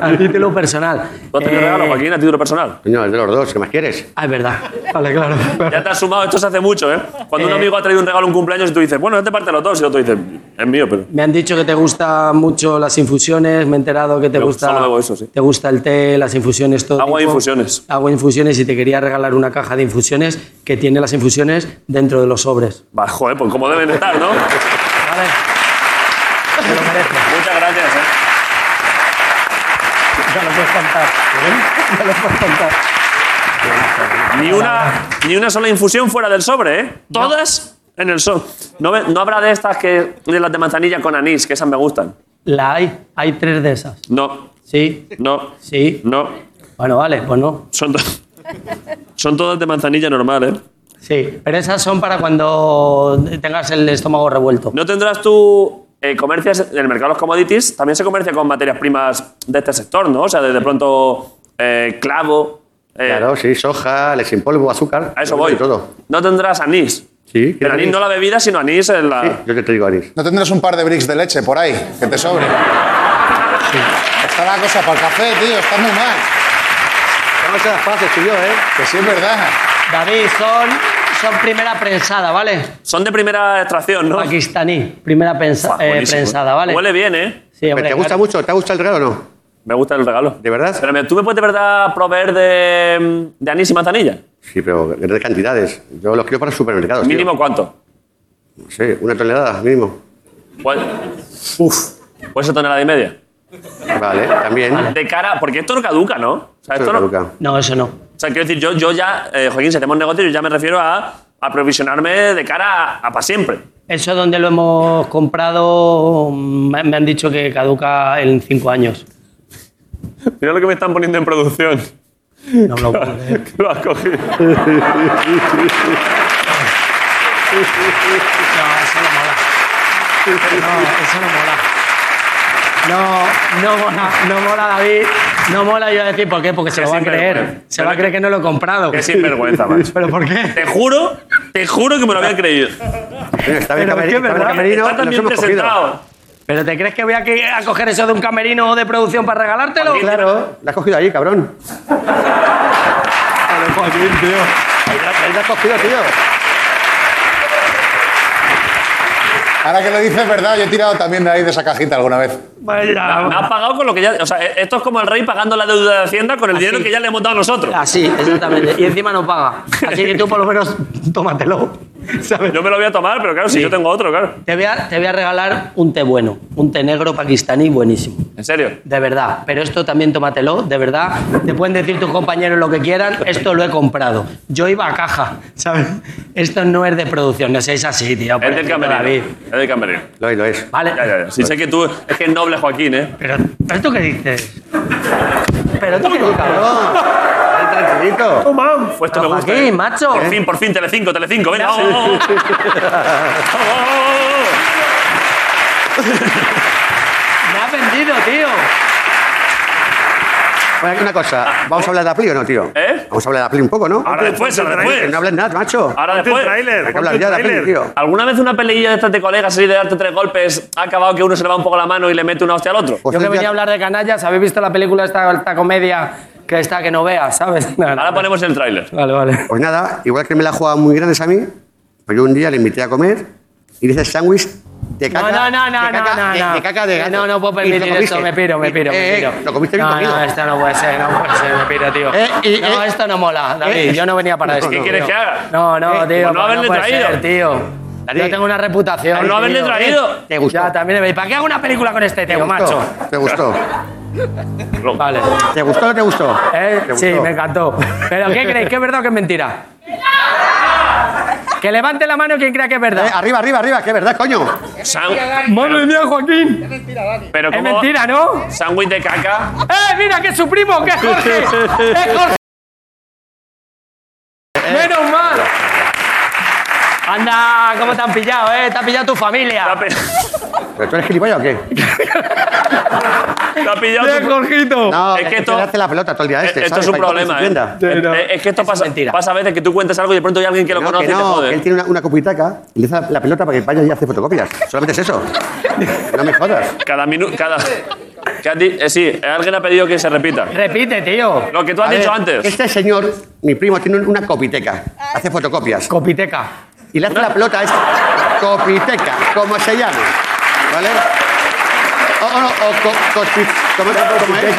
S10: A título personal.
S1: ¿Tú has pedido
S10: Eh,
S1: regalo, Joaquín, a título personal?
S12: Coño, es de los dos, ¿qué más quieres?
S10: Ah, es verdad. Vale, claro.
S1: Ya te has sumado, esto se hace mucho, ¿eh? Cuando un
S10: Eh.
S1: amigo ha traído un regalo a un cumpleaños y tú dices, bueno, ya te parte los dos, y el otro dice, es mío, pero.
S10: Me han dicho que te gustan mucho las infusiones, me he enterado que te
S1: Yo
S10: gusta
S1: solo bebo eso, sí.
S10: te gusta el té, las infusiones, todo.
S1: Agua e
S10: tipo.
S1: infusiones.
S10: Agua e infusiones y te quería regalar una caja de infusiones que tiene las infusiones dentro de los sobres.
S1: Va, joder, pues como deben estar, ¿no? Vale. Muchas gracias, ¿eh?
S10: Ya lo puedes
S12: ¿eh?
S10: contar. Ya lo puedes contar.
S1: Ni una, ni una sola infusión fuera del sobre, ¿eh? Todas en el sobre. No, ve- no habrá de estas que de las de manzanilla con anís, que esas me gustan.
S10: La hay, hay tres de esas.
S1: No,
S10: Sí,
S1: no,
S10: sí.
S1: no.
S10: Bueno, vale, pues no.
S1: Son, to- son todas de manzanilla normal, ¿eh?
S10: Sí, pero esas son para cuando tengas el estómago revuelto.
S1: ¿No tendrás tú eh, comercias en el mercado de los commodities? También se comercia con materias primas de este sector, ¿no? O sea, de, de pronto eh, clavo. eh,
S12: Claro, sí, soja, leche en polvo, azúcar.
S1: a eso
S12: lo que
S1: voy.
S12: tiene Todo.
S1: No tendrás anís.
S12: Sí,
S1: Pero
S12: ¿quieres
S1: anís
S12: anís?
S1: no la bebida, sino anís en la.
S12: Yo te traigo anís.
S5: ¿No tendrás un par de bricks de leche por ahí? Que te sobre. Está la cosa para el café, tío. Está muy mal.
S12: Vamos a las fases, tú y yo, ¿eh?
S5: Que sí es verdad.
S10: David, son, son primera prensada, ¿vale?
S1: Son de primera extracción, ¿no?
S10: Pakistaní, primera pensa-
S1: Buah,
S10: eh,
S1: buenísimo.
S10: prensada, ¿vale?
S1: Huele bien, ¿eh?
S10: Sí,
S12: ¿Te
S10: hombre,
S12: gusta
S10: claro.
S12: mucho? ¿Te gusta el regalo o no?
S1: Me gusta el regalo.
S12: ¿De verdad?
S1: Pero me- tú me puedes de verdad proveer de, de anís y manzanilla.
S12: Sí, pero grandes cantidades. Yo los quiero para supermercados. tío.
S1: ¿Mínimo cuánto?
S12: Sí, una tonelada, mínimo.
S1: Pues,
S6: Uf.
S1: pues esa tonelada y media.
S12: Vale, también.
S1: De cara, porque esto no caduca, ¿no? O sea,
S12: Eso
S1: esto
S12: es
S1: no-
S12: caduca.
S10: No, eso no.
S1: O sea, quiero decir, yo, yo ya, eh, Joaquín, si hacemos negocio, yo ya me refiero a aprovisionarme de cara a, para siempre.
S10: Eso donde lo hemos comprado, me me han dicho que caduca en cinco años.
S1: Mira lo que me están poniendo en producción.
S10: No me lo puedo creer.
S1: Que lo has cogido.
S10: No, eso no mola. No, eso no mola. No, no mola, no mola, David. No mola yo decir por qué, porque se
S1: Que
S10: lo va a
S1: sin
S10: creer.
S1: vergüenza.
S10: Se va a creer que no lo he comprado.
S1: Qué sinvergüenza, macho.
S10: ¿Pero por qué?
S1: Te juro, te juro que me lo había creído.
S12: Mira, está bien,
S10: Pero
S12: cameri-
S10: es que es
S12: está bien,
S10: verdad.
S12: camerino.
S1: Está tan
S12: nos
S1: bien
S12: hemos cogido.
S1: presentado.
S10: ¿Pero te crees que voy a, que- a coger eso de un camerino o de producción para regalártelo?
S12: Claro, la has cogido ahí, cabrón. Ahí la ahí la has cogido, tío.
S5: Ahora que lo dices, es verdad. Yo he tirado también de ahí de esa cajita alguna vez.
S10: Pues
S1: Me has pagado con lo que ya. O sea, e, esto es como el rey pagando la deuda de Hacienda con el dinero que ya le hemos dado nosotros.
S10: Así, exactamente. Y encima no paga. Así que tú por lo menos tómatelo. ¿Sabes?
S1: Yo me lo voy a tomar, pero claro, si yo tengo otro, claro.
S10: Te voy, a, te voy a regalar un té bueno, un té negro pakistaní buenísimo.
S1: En serio.
S10: De verdad, pero esto también tómatelo, de verdad. Te pueden decir tus compañeros lo que quieran, esto lo he comprado. Yo iba a caja, ¿sabes? Esto no es de producción, no seáis así, tío. por
S1: Es del
S10: ejemplo, David.
S1: camerino. Es del camerino.
S12: Lo es, lo es.
S10: Vale,
S1: Ya, ya, ya. Si sé que tú. Es que es noble Joaquín, ¿eh?
S10: pero ¿pero ¿tú qué dices? ¿Pero tú qué dices?
S12: Ahí, Tranquilito.
S6: Toma.
S1: Pues esto
S10: Pero
S1: me gusta.
S10: Joaquín,
S1: ¿eh?
S10: macho.
S1: Por fin, por fin, Telecinco, Telecinco, venga, vamos, vamos. vamos. Vamos, vamos,
S10: Me has vendido, tío.
S12: Bueno, una cosa. ¿Vamos a hablar de Apli o no, tío?
S1: ¿Eh?
S12: Vamos a hablar de Apli un poco, ¿no?
S1: Ahora después, ahora
S12: Que
S1: después.
S12: no hablas nada, macho.
S1: Ahora
S6: Ponte un
S1: después.
S12: Hay
S6: tráiler.
S12: que
S6: ponte
S12: hablar
S6: un
S12: ya de Apli,
S6: tráiler.
S12: tío.
S1: ¿Alguna vez una peleilla de estas de colegas así de darte tres golpes ha acabado que uno se le va un poco la mano y le mete una hostia al otro?
S12: Pues
S10: Yo que
S12: es
S10: venía
S12: ya-
S10: a hablar de canallas, ¿habéis visto la película esta, esta comedia que está que no veas, sabes? No, no.
S1: Ahora ponemos el tráiler.
S10: Vale, vale.
S12: Pues nada, igual que me la jugaba muy grandes a mí, pues yo un día le invité a comer y le hice sándwich de
S10: No,
S12: caca.
S10: no, no, no,
S12: de caca,
S10: no, no,
S12: de-
S10: no.
S12: de caca de
S10: Eh,
S12: gato.
S10: No, no puedo
S12: Y te
S10: permitir
S12: lo
S10: esto,
S12: comiste.
S10: me piro, me piro,
S12: Eh,
S10: me
S12: eh,
S10: piro.
S12: Lo comiste bien
S10: no,
S12: comido.
S10: No, esto no puede ser, no puede ser, me piro, tío.
S12: Eh, y,
S10: no,
S12: eh.
S10: esto no mola, David,
S12: Eh.
S10: yo no venía para
S12: No,
S10: esto.
S12: ¿qué
S10: tío.
S1: quieres que haga?
S10: No, no,
S1: Eh,
S10: tío,
S1: por no
S10: pues
S1: haberle
S10: puede
S1: traído.
S10: ser, tío. Yo
S12: David.
S10: tengo una reputación.
S1: Por no haberle
S10: tío. eh.
S1: traído.
S12: ¿Te gustó?
S10: Ya, también. ¿y ¿Para qué hago una película con este tío, macho?
S12: ¿Te gustó?
S10: Vale.
S12: ¿Te gustó o no te gustó?
S10: Eh,
S12: ¿Te
S10: Sí,
S12: gustó?
S10: me encantó. ¿Pero qué creéis? ¿Que es verdad o que es mentira? Que levante la mano quien crea que es
S12: Eh,
S10: verdad.
S12: arriba, arriba, arriba, que es verdad, coño.
S1: San-
S10: ¡Madre mía, Joaquín!
S1: pero
S10: Es
S1: como
S10: mentira, ¿no?
S1: sándwich de caca.
S10: ¡Eh, mira, que es su primo, que es Jorge! ¡Es Jorge! ¡Menos mal! Anda, cómo te han pillado, ¿eh? Te ha pillado tu familia.
S1: Pe-
S12: ¿Pero tú eres gilipollas o qué?
S1: Te ha pillado
S12: Bien,
S1: tu-
S12: Jorgito. No,
S1: es que
S12: te
S1: esto,
S12: hace la pelota todo el día este.
S1: eh, esto
S12: ¿sabes?
S1: es un
S12: Para que
S1: problema,
S12: se
S1: ¿eh?
S12: entienda.
S1: Eh, eh, Es que esto pasa, pasa a veces que tú cuentas algo y de pronto hay alguien que lo
S12: No,
S1: conoce
S12: que
S1: y te
S12: no, que
S1: jode.
S12: él tiene una, una copitaca y le da la pelota para que vaya y hace fotocopias. Solamente es eso. No me jodas.
S1: Cada minuto. Cada... que has di- eh, sí, alguien ha pedido que se repita.
S12: Repite, tío.
S1: Lo que tú has
S12: A ver,
S1: dicho antes.
S12: Este señor, mi primo, tiene una copiteca. Hace fotocopias. Copiteca. Y le hace la pelota a este. Copiteca, como se llame. ¿Vale? O, o, no, o co, cospi- ¿cómo, cómo es? ¿Es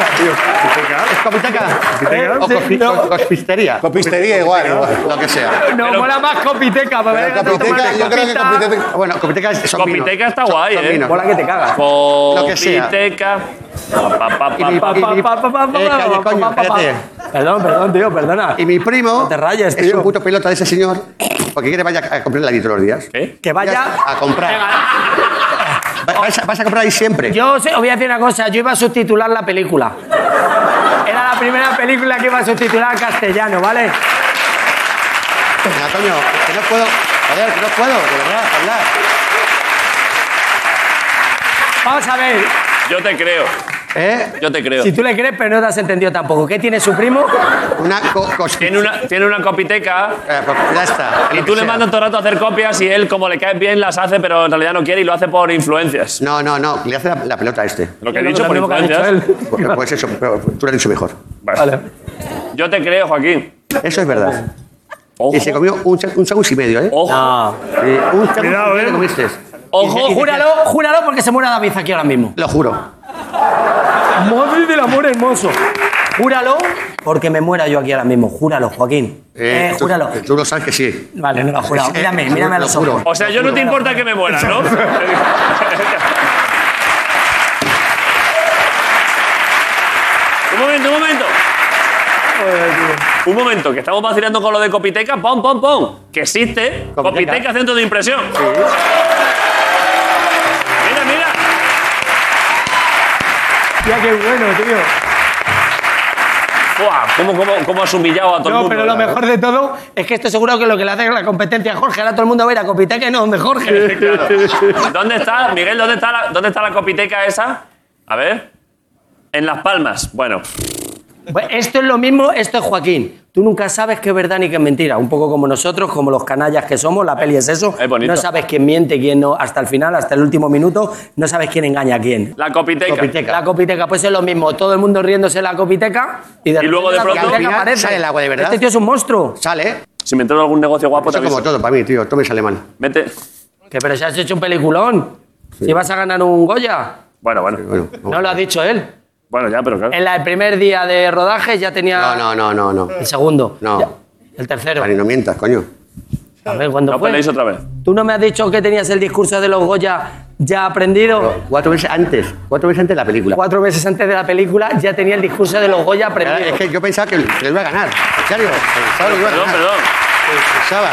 S12: copiteca?
S6: ¿Copiteca?
S12: O cospi- cos- cospistería.
S5: Copistería igual, igual.
S12: Lo que sea.
S10: No, mola más copiteca, para ver
S12: Copiteca, yo creo que copiteca... Bueno, copiteca es... son vinos.
S1: Copiteca está
S12: Son-
S1: guay,
S12: son
S1: ¿eh?
S12: vinos. Mola que te cagas. Lo que sea.
S1: Copiteca. Pa, pa, pa,
S12: Y mi-
S1: pa,
S12: y mi-
S1: pa, pa, pa, pa,
S12: eh,
S1: pa,
S12: calle,
S1: pa,
S12: coño,
S1: pa, pa, pa.
S12: cállate. Perdón, perdón, tío, perdona. Y mi primo es un puto pelota de ese señor porque quiere vaya a comprar la todos los días.
S10: Que vaya-
S12: a comprar. Va- Vas a, vas a comprar ahí siempre.
S10: Yo os os voy a decir una cosa, yo iba a subtitular la película. Era la primera película que iba a subtitular al castellano, ¿vale?
S12: Venga, coño, que no puedo. Joder, que no puedo, de verdad, hablar.
S10: Vamos a ver,
S1: Yo te creo.
S12: ¿Eh?
S1: Yo te creo.
S10: si tú le crees, pero no te has entendido tampoco. ¿Qué tiene su primo?
S12: Una
S1: Tiene una, tiene una copiteca.
S12: Eh, pues ya está.
S1: Y
S12: lo
S1: tú
S12: que
S1: le
S12: sea.
S1: mandas todo el rato a hacer copias y él, como le caes bien, las hace, pero en realidad no quiere y lo hace por influencias.
S12: No, no, no, le hace la, la pelota a este.
S1: Lo que he dicho por influencias.
S12: Pues, pues eso, pero tú lo has dicho mejor.
S1: Vale. Yo te creo, Joaquín.
S12: Eso es verdad. Y se comió un, sa- un sándwich y medio, ¿eh?
S1: Ojo.
S12: Eh, un sándwich
S10: Cuidado,
S12: y medio
S10: ¿eh?
S12: comiste.
S10: Y- y- y- júralo, júralo porque se muere David aquí ahora mismo.
S12: Lo juro.
S10: Madre del amor hermoso. Júralo porque me muera yo aquí ahora mismo. Júralo, Joaquín. Eh,
S12: tú-
S10: júralo.
S12: Tú, lo sabes que sí.
S10: Vale, no lo has jurado.
S12: Eh,
S10: Mírame,
S12: lo-
S10: mírame a
S12: lo
S10: los
S12: juro.
S10: ojos.
S1: O sea, yo no te importa que me muera, ¿no? un momento, un momento. Un momento, que estamos vacilando con lo de Copiteca. Pon, pon, pon. Que existe Copiteca, Centro de Impresión. Mira, mira.
S6: Ya, qué bueno, tío.
S1: Buah, ¿Cómo, cómo, cómo has humillado a todo el
S10: No,
S1: mundo?
S10: pero lo mejor de todo es que esto seguro que lo que le hace es la competencia a Jorge. Ahora todo el mundo va a ir a Copiteca y no donde Jorge.
S1: Claro. ¿Dónde está, Miguel, dónde está, la, dónde está la copiteca esa? A ver. En Las Palmas. Bueno,
S10: Pues esto es lo mismo, esto es Joaquín. Tú nunca sabes qué es verdad ni qué es mentira. Un poco como nosotros, como los canallas que somos, la peli es eso.
S1: bonito.
S10: No sabes quién miente, quién no. Hasta el final, hasta el último minuto, no sabes quién engaña a quién.
S1: la copiteca.
S10: La copiteca, pues es lo mismo. Todo el mundo riéndose en la copiteca y, de
S1: Y luego de
S10: repente la
S1: pronto-
S10: copiteca
S1: Al final
S10: aparece.
S12: sale el agua de verdad.
S10: Este tío es un monstruo.
S12: Sale.
S1: Si me entero de algún negocio guapo, te
S12: Eso como
S1: aviso.
S12: todo para mí, tío. Todo me sale mal.
S1: Vete.
S10: Que pero si has hecho un peliculón. Si vas a ganar un Goya.
S1: Bueno, bueno.
S12: Bueno, vamos.
S10: No lo ha dicho él.
S1: Bueno, ya, pero claro.
S10: En la- el primer día de rodaje ya tenía
S12: no, no, no, no, no.
S10: el segundo.
S12: No.
S10: Ya. El tercero.
S12: Vale, no mientas, coño.
S10: A ver, ¿cuándo
S1: No
S10: fue?
S1: peleéis otra vez.
S10: ¿Tú no me has dicho que tenías el discurso de los Goya ya aprendido?
S12: Cuatro veces antes. Cuatro veces antes de la película.
S10: Cuatro meses antes de la película ya tenía el discurso de los Goya
S12: Ahora,
S10: aprendido.
S12: Es que yo pensaba que le iba a ganar. En serio. Pensaba que le iba a
S1: Perdón,
S12: ganar.
S1: perdón.
S12: Pensaba.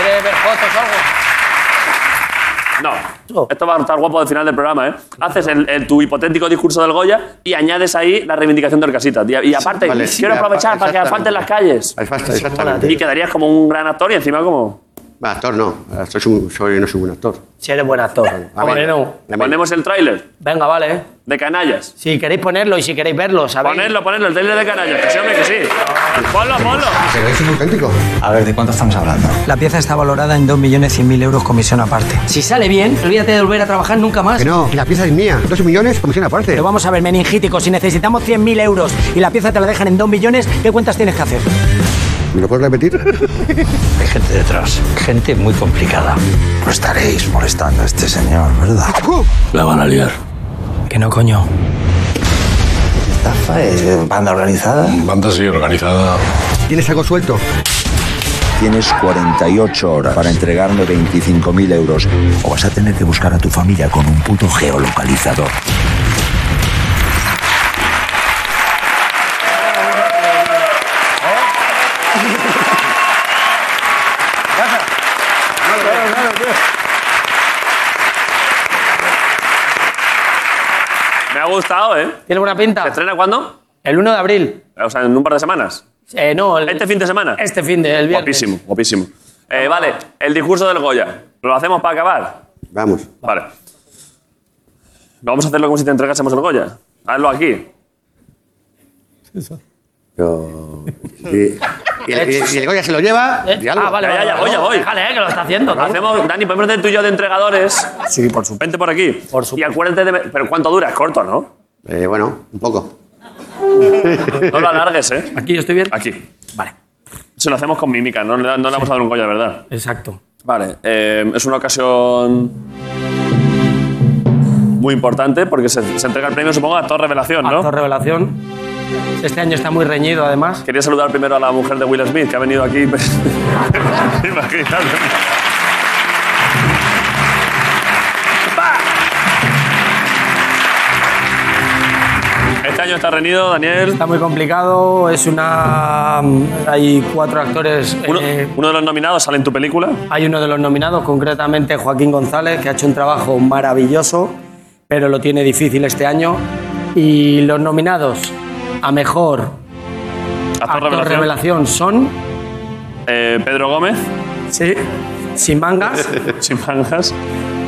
S10: ¿Quieres ver fotos o algo? Oh.
S1: No. Esto va a estar guapo al final del programa, ¿eh? Haces el, el- tu hipotético discurso del Goya y añades ahí la reivindicación del casita. Y, y aparte,
S12: Vale,
S1: quiero
S12: ya,
S1: aprovechar para que
S12: exactamente.
S1: asfalten las calles.
S12: Exacto, exactamente.
S1: Y quedarías como un gran actor y encima como...
S12: Va, actor no. Actor Ah, soy, un- soy- no soy un actor.
S10: Si eres buen actor. Hombre, no.
S12: Amén.
S1: Ponemos el tráiler
S10: Venga, vale. ¿eh?
S1: de Canallas.
S10: Si queréis ponerlo y si queréis verlo, ¿sabéis?
S1: Ponerlo, ponerlo, el trailer de canallas, que sí, hombre, que sí. Ponlo, ponlo.
S12: Pero es un auténtico.
S13: A ver, ¿de cuánto estamos hablando?
S14: La pieza está valorada en 2.100.000 euros comisión aparte.
S10: Si sale bien, olvídate de volver a trabajar nunca más.
S12: Que no, que la pieza es mía. Dos millones, comisión aparte.
S14: Pero vamos a ver, meningítico, si necesitamos 100.000 euros y la pieza te la dejan en 2 millones, ¿qué cuentas tienes que hacer?
S12: ¿Me lo puedes repetir?
S13: Hay gente detrás, gente muy complicada. No estaréis molestando a este señor, ¿verdad? La van a liar.
S14: Que no, coño.
S13: ¿Estafa? ¿Es banda organizada? Banda sí, organizada.
S12: ¿Tienes algo suelto?
S13: Tienes 48 horas para entregarme 25.000 euros o vas a tener que buscar a tu familia con un puto geolocalizador.
S1: Me ha gustado, ¿eh?
S10: ¿Tiene buena
S1: ¿Se
S10: pinta?
S1: estrena cuándo?
S10: El 1 de abril.
S1: O sea, en un par de semanas.
S10: Eh, no, el-
S1: ¿Este fin de semana?
S10: este fin de, el viernes.
S1: Guapísimo, guapísimo. Eh, vale, el discurso del Goya. ¿Lo hacemos para acabar?
S12: Vamos.
S1: Vale. ¿Vamos a hacerlo como si te entregásemos el Goya? Hazlo aquí.
S12: Yo- Y, y- y- y el Goya se lo lleva.
S10: Eh,
S12: y algo.
S1: Ah, vale, ya, ya, voy, ya voy. Déjale, que lo está haciendo. Hacemos, Dani, podemos hacer tú y yo de entregadores.
S12: Sí, por supuesto.
S1: Vente por aquí. Por supuesto. Y acuérdate de. Pero ¿cuánto dura? Es corto, ¿no?
S12: Eh, bueno, un poco.
S1: No lo alargues, ¿eh? Aquí, yo estoy bien. Aquí. Vale. Se lo hacemos con mímica, no, le- no le vamos a dar un coño, de verdad.
S10: Exacto.
S1: Vale, eh, es una ocasión muy importante porque se, se entrega el premio, supongo, a actor revelación, ¿no? Actor
S10: revelación. Este año está muy reñido, además.
S1: Quería saludar primero a la mujer de Will Smith que ha venido aquí. Imagínate. Este año está reñido, Daniel.
S10: Está muy complicado, es una... Hay cuatro actores... eh,
S1: Uno, uno de los nominados sale en tu película.
S10: Hay uno de los nominados, concretamente Joaquín González, que ha hecho un trabajo maravilloso, pero lo tiene difícil este año. Y los nominados a mejor actor
S1: revelación.
S10: revelación son
S1: Eh, Pedro Gómez.
S10: Sí. Sin mangas.
S1: Sin mangas.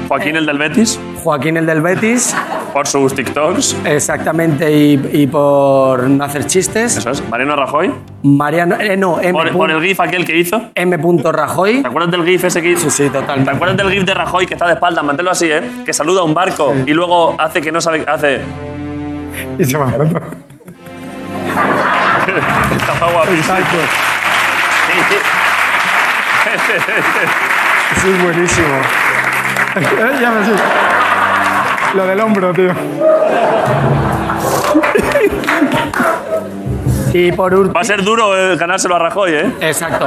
S1: Joaquín el del Betis.
S10: Joaquín el del Betis.
S1: Por sus TikToks.
S10: Exactamente, y, y por no hacer chistes.
S1: Eso es. Mariano Rajoy.
S10: Mariano, eh, no, M.
S1: Por, por el GIF aquel que hizo.
S10: M. Rajoy.
S1: ¿Te acuerdas del GIF ese que hizo?
S10: Sí, sí, total.
S1: ¿Te acuerdas del GIF de Rajoy que está de espaldas? Manténlo así, ¿eh? Que saluda a un barco y luego hace que no sabe. Hace.
S13: Y se va.
S1: Estaba guapísimo.
S13: Sí, es buenísimo. Eh, ya me sé. Lo del hombro, tío.
S10: Y por
S1: Va a ser duro eh, ganárselo a Rajoy, ¿eh?
S10: Exacto.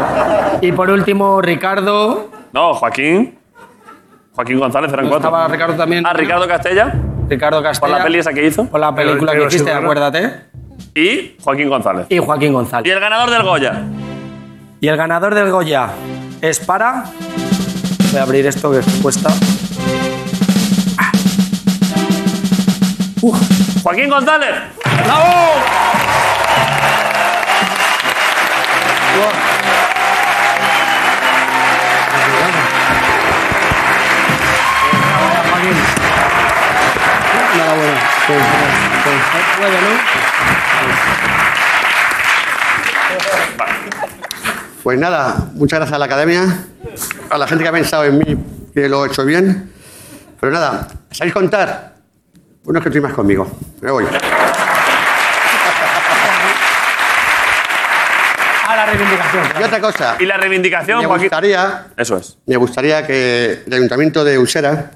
S10: Y por último, Ricardo.
S1: No, Joaquín. Joaquín González eran cuatro.
S10: Estaba Ricardo también.
S1: Ah, Ricardo Castella.
S10: Ricardo Castella.
S1: Por la peli esa que hizo.
S10: Por la película que hiciste, acuérdate.
S1: Y Joaquín González.
S10: Y Joaquín González.
S1: Y el ganador del Goya.
S10: Y el ganador del Goya es para. Voy a abrir esto que cuesta.
S1: Joaquín González.
S10: ¡Bravo!
S15: Nada bueno. Sí, sí, sí. Puede, ¿no?
S12: Pues nada, muchas gracias a la academia, a la gente que ha pensado en mí que lo he hecho bien. Pero nada, ¿sabéis contar? Bueno, es que estoy más conmigo. Me voy.
S10: A la reivindicación.
S12: Y otra cosa.
S1: Y la reivindicación,
S12: me gustaría,
S1: Eso es.
S12: me gustaría que el ayuntamiento de Usera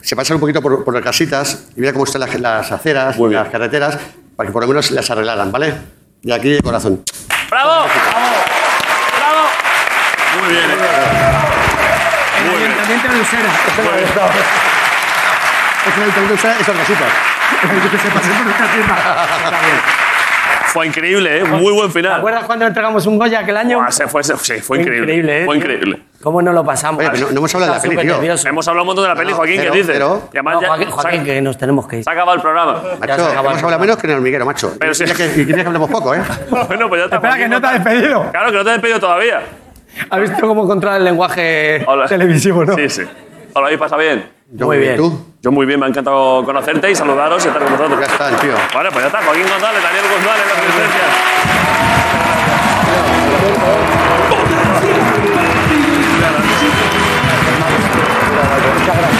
S12: se pasara un poquito por, por las casitas y viera cómo están las, las aceras, las carreteras, para que por lo menos las arreglaran, ¿vale? Y aquí de corazón.
S1: ¡Bravo! ¡Bravo! ¡Bravo! Muy bien,
S10: El Ayuntamiento de Lucera.
S12: Es que el ayuntamiento de Usera es casitas.
S10: Que se pase por nuestra tienda.
S1: Fue increíble, ¿eh? Muy buen
S10: ¿Te
S1: final.
S10: acuerdas cuando entregamos un Goya aquel año?
S1: Ah, se fue, se- sí, fue
S10: Fue
S1: increíble.
S10: increíble, ¿eh?
S1: Fue increíble.
S10: ¿Cómo no lo pasamos?
S12: Oye, pero no- no hemos hablado de la
S10: Estaba
S12: peli,
S10: súper
S12: tío.
S10: nervioso.
S1: Hemos hablado un montón de la peli, Joaquín,
S12: cero,
S1: ¿qué dices?
S12: cero.
S1: Y además
S10: No,
S1: ya-
S10: Joaquín, Joaquín, que nos tenemos que ir.
S1: Se ha acabado el programa.
S12: Macho, hemos hablado menos que en el hormiguero, macho.
S1: Pero sí.
S12: Y mira que, y mira que hablamos poco, ¿eh?
S1: bueno, pues ya está.
S10: Espera, que no te ha
S1: despedido. Claro, que no te he despedido todavía.
S10: ¿Has visto cómo controla el lenguaje
S1: Hola.
S10: televisivo, no?
S1: Sí, sí. ¿Os lo habéis pasado bien?
S12: Yo muy bien, ¿tú?
S1: Yo muy bien, me ha encantado conocerte y saludaros y estar con vosotros.
S12: Ya está, tío.
S1: Vale, pues ya está. Joaquín González, Daniel González, la presencia.
S10: Muchas gracias.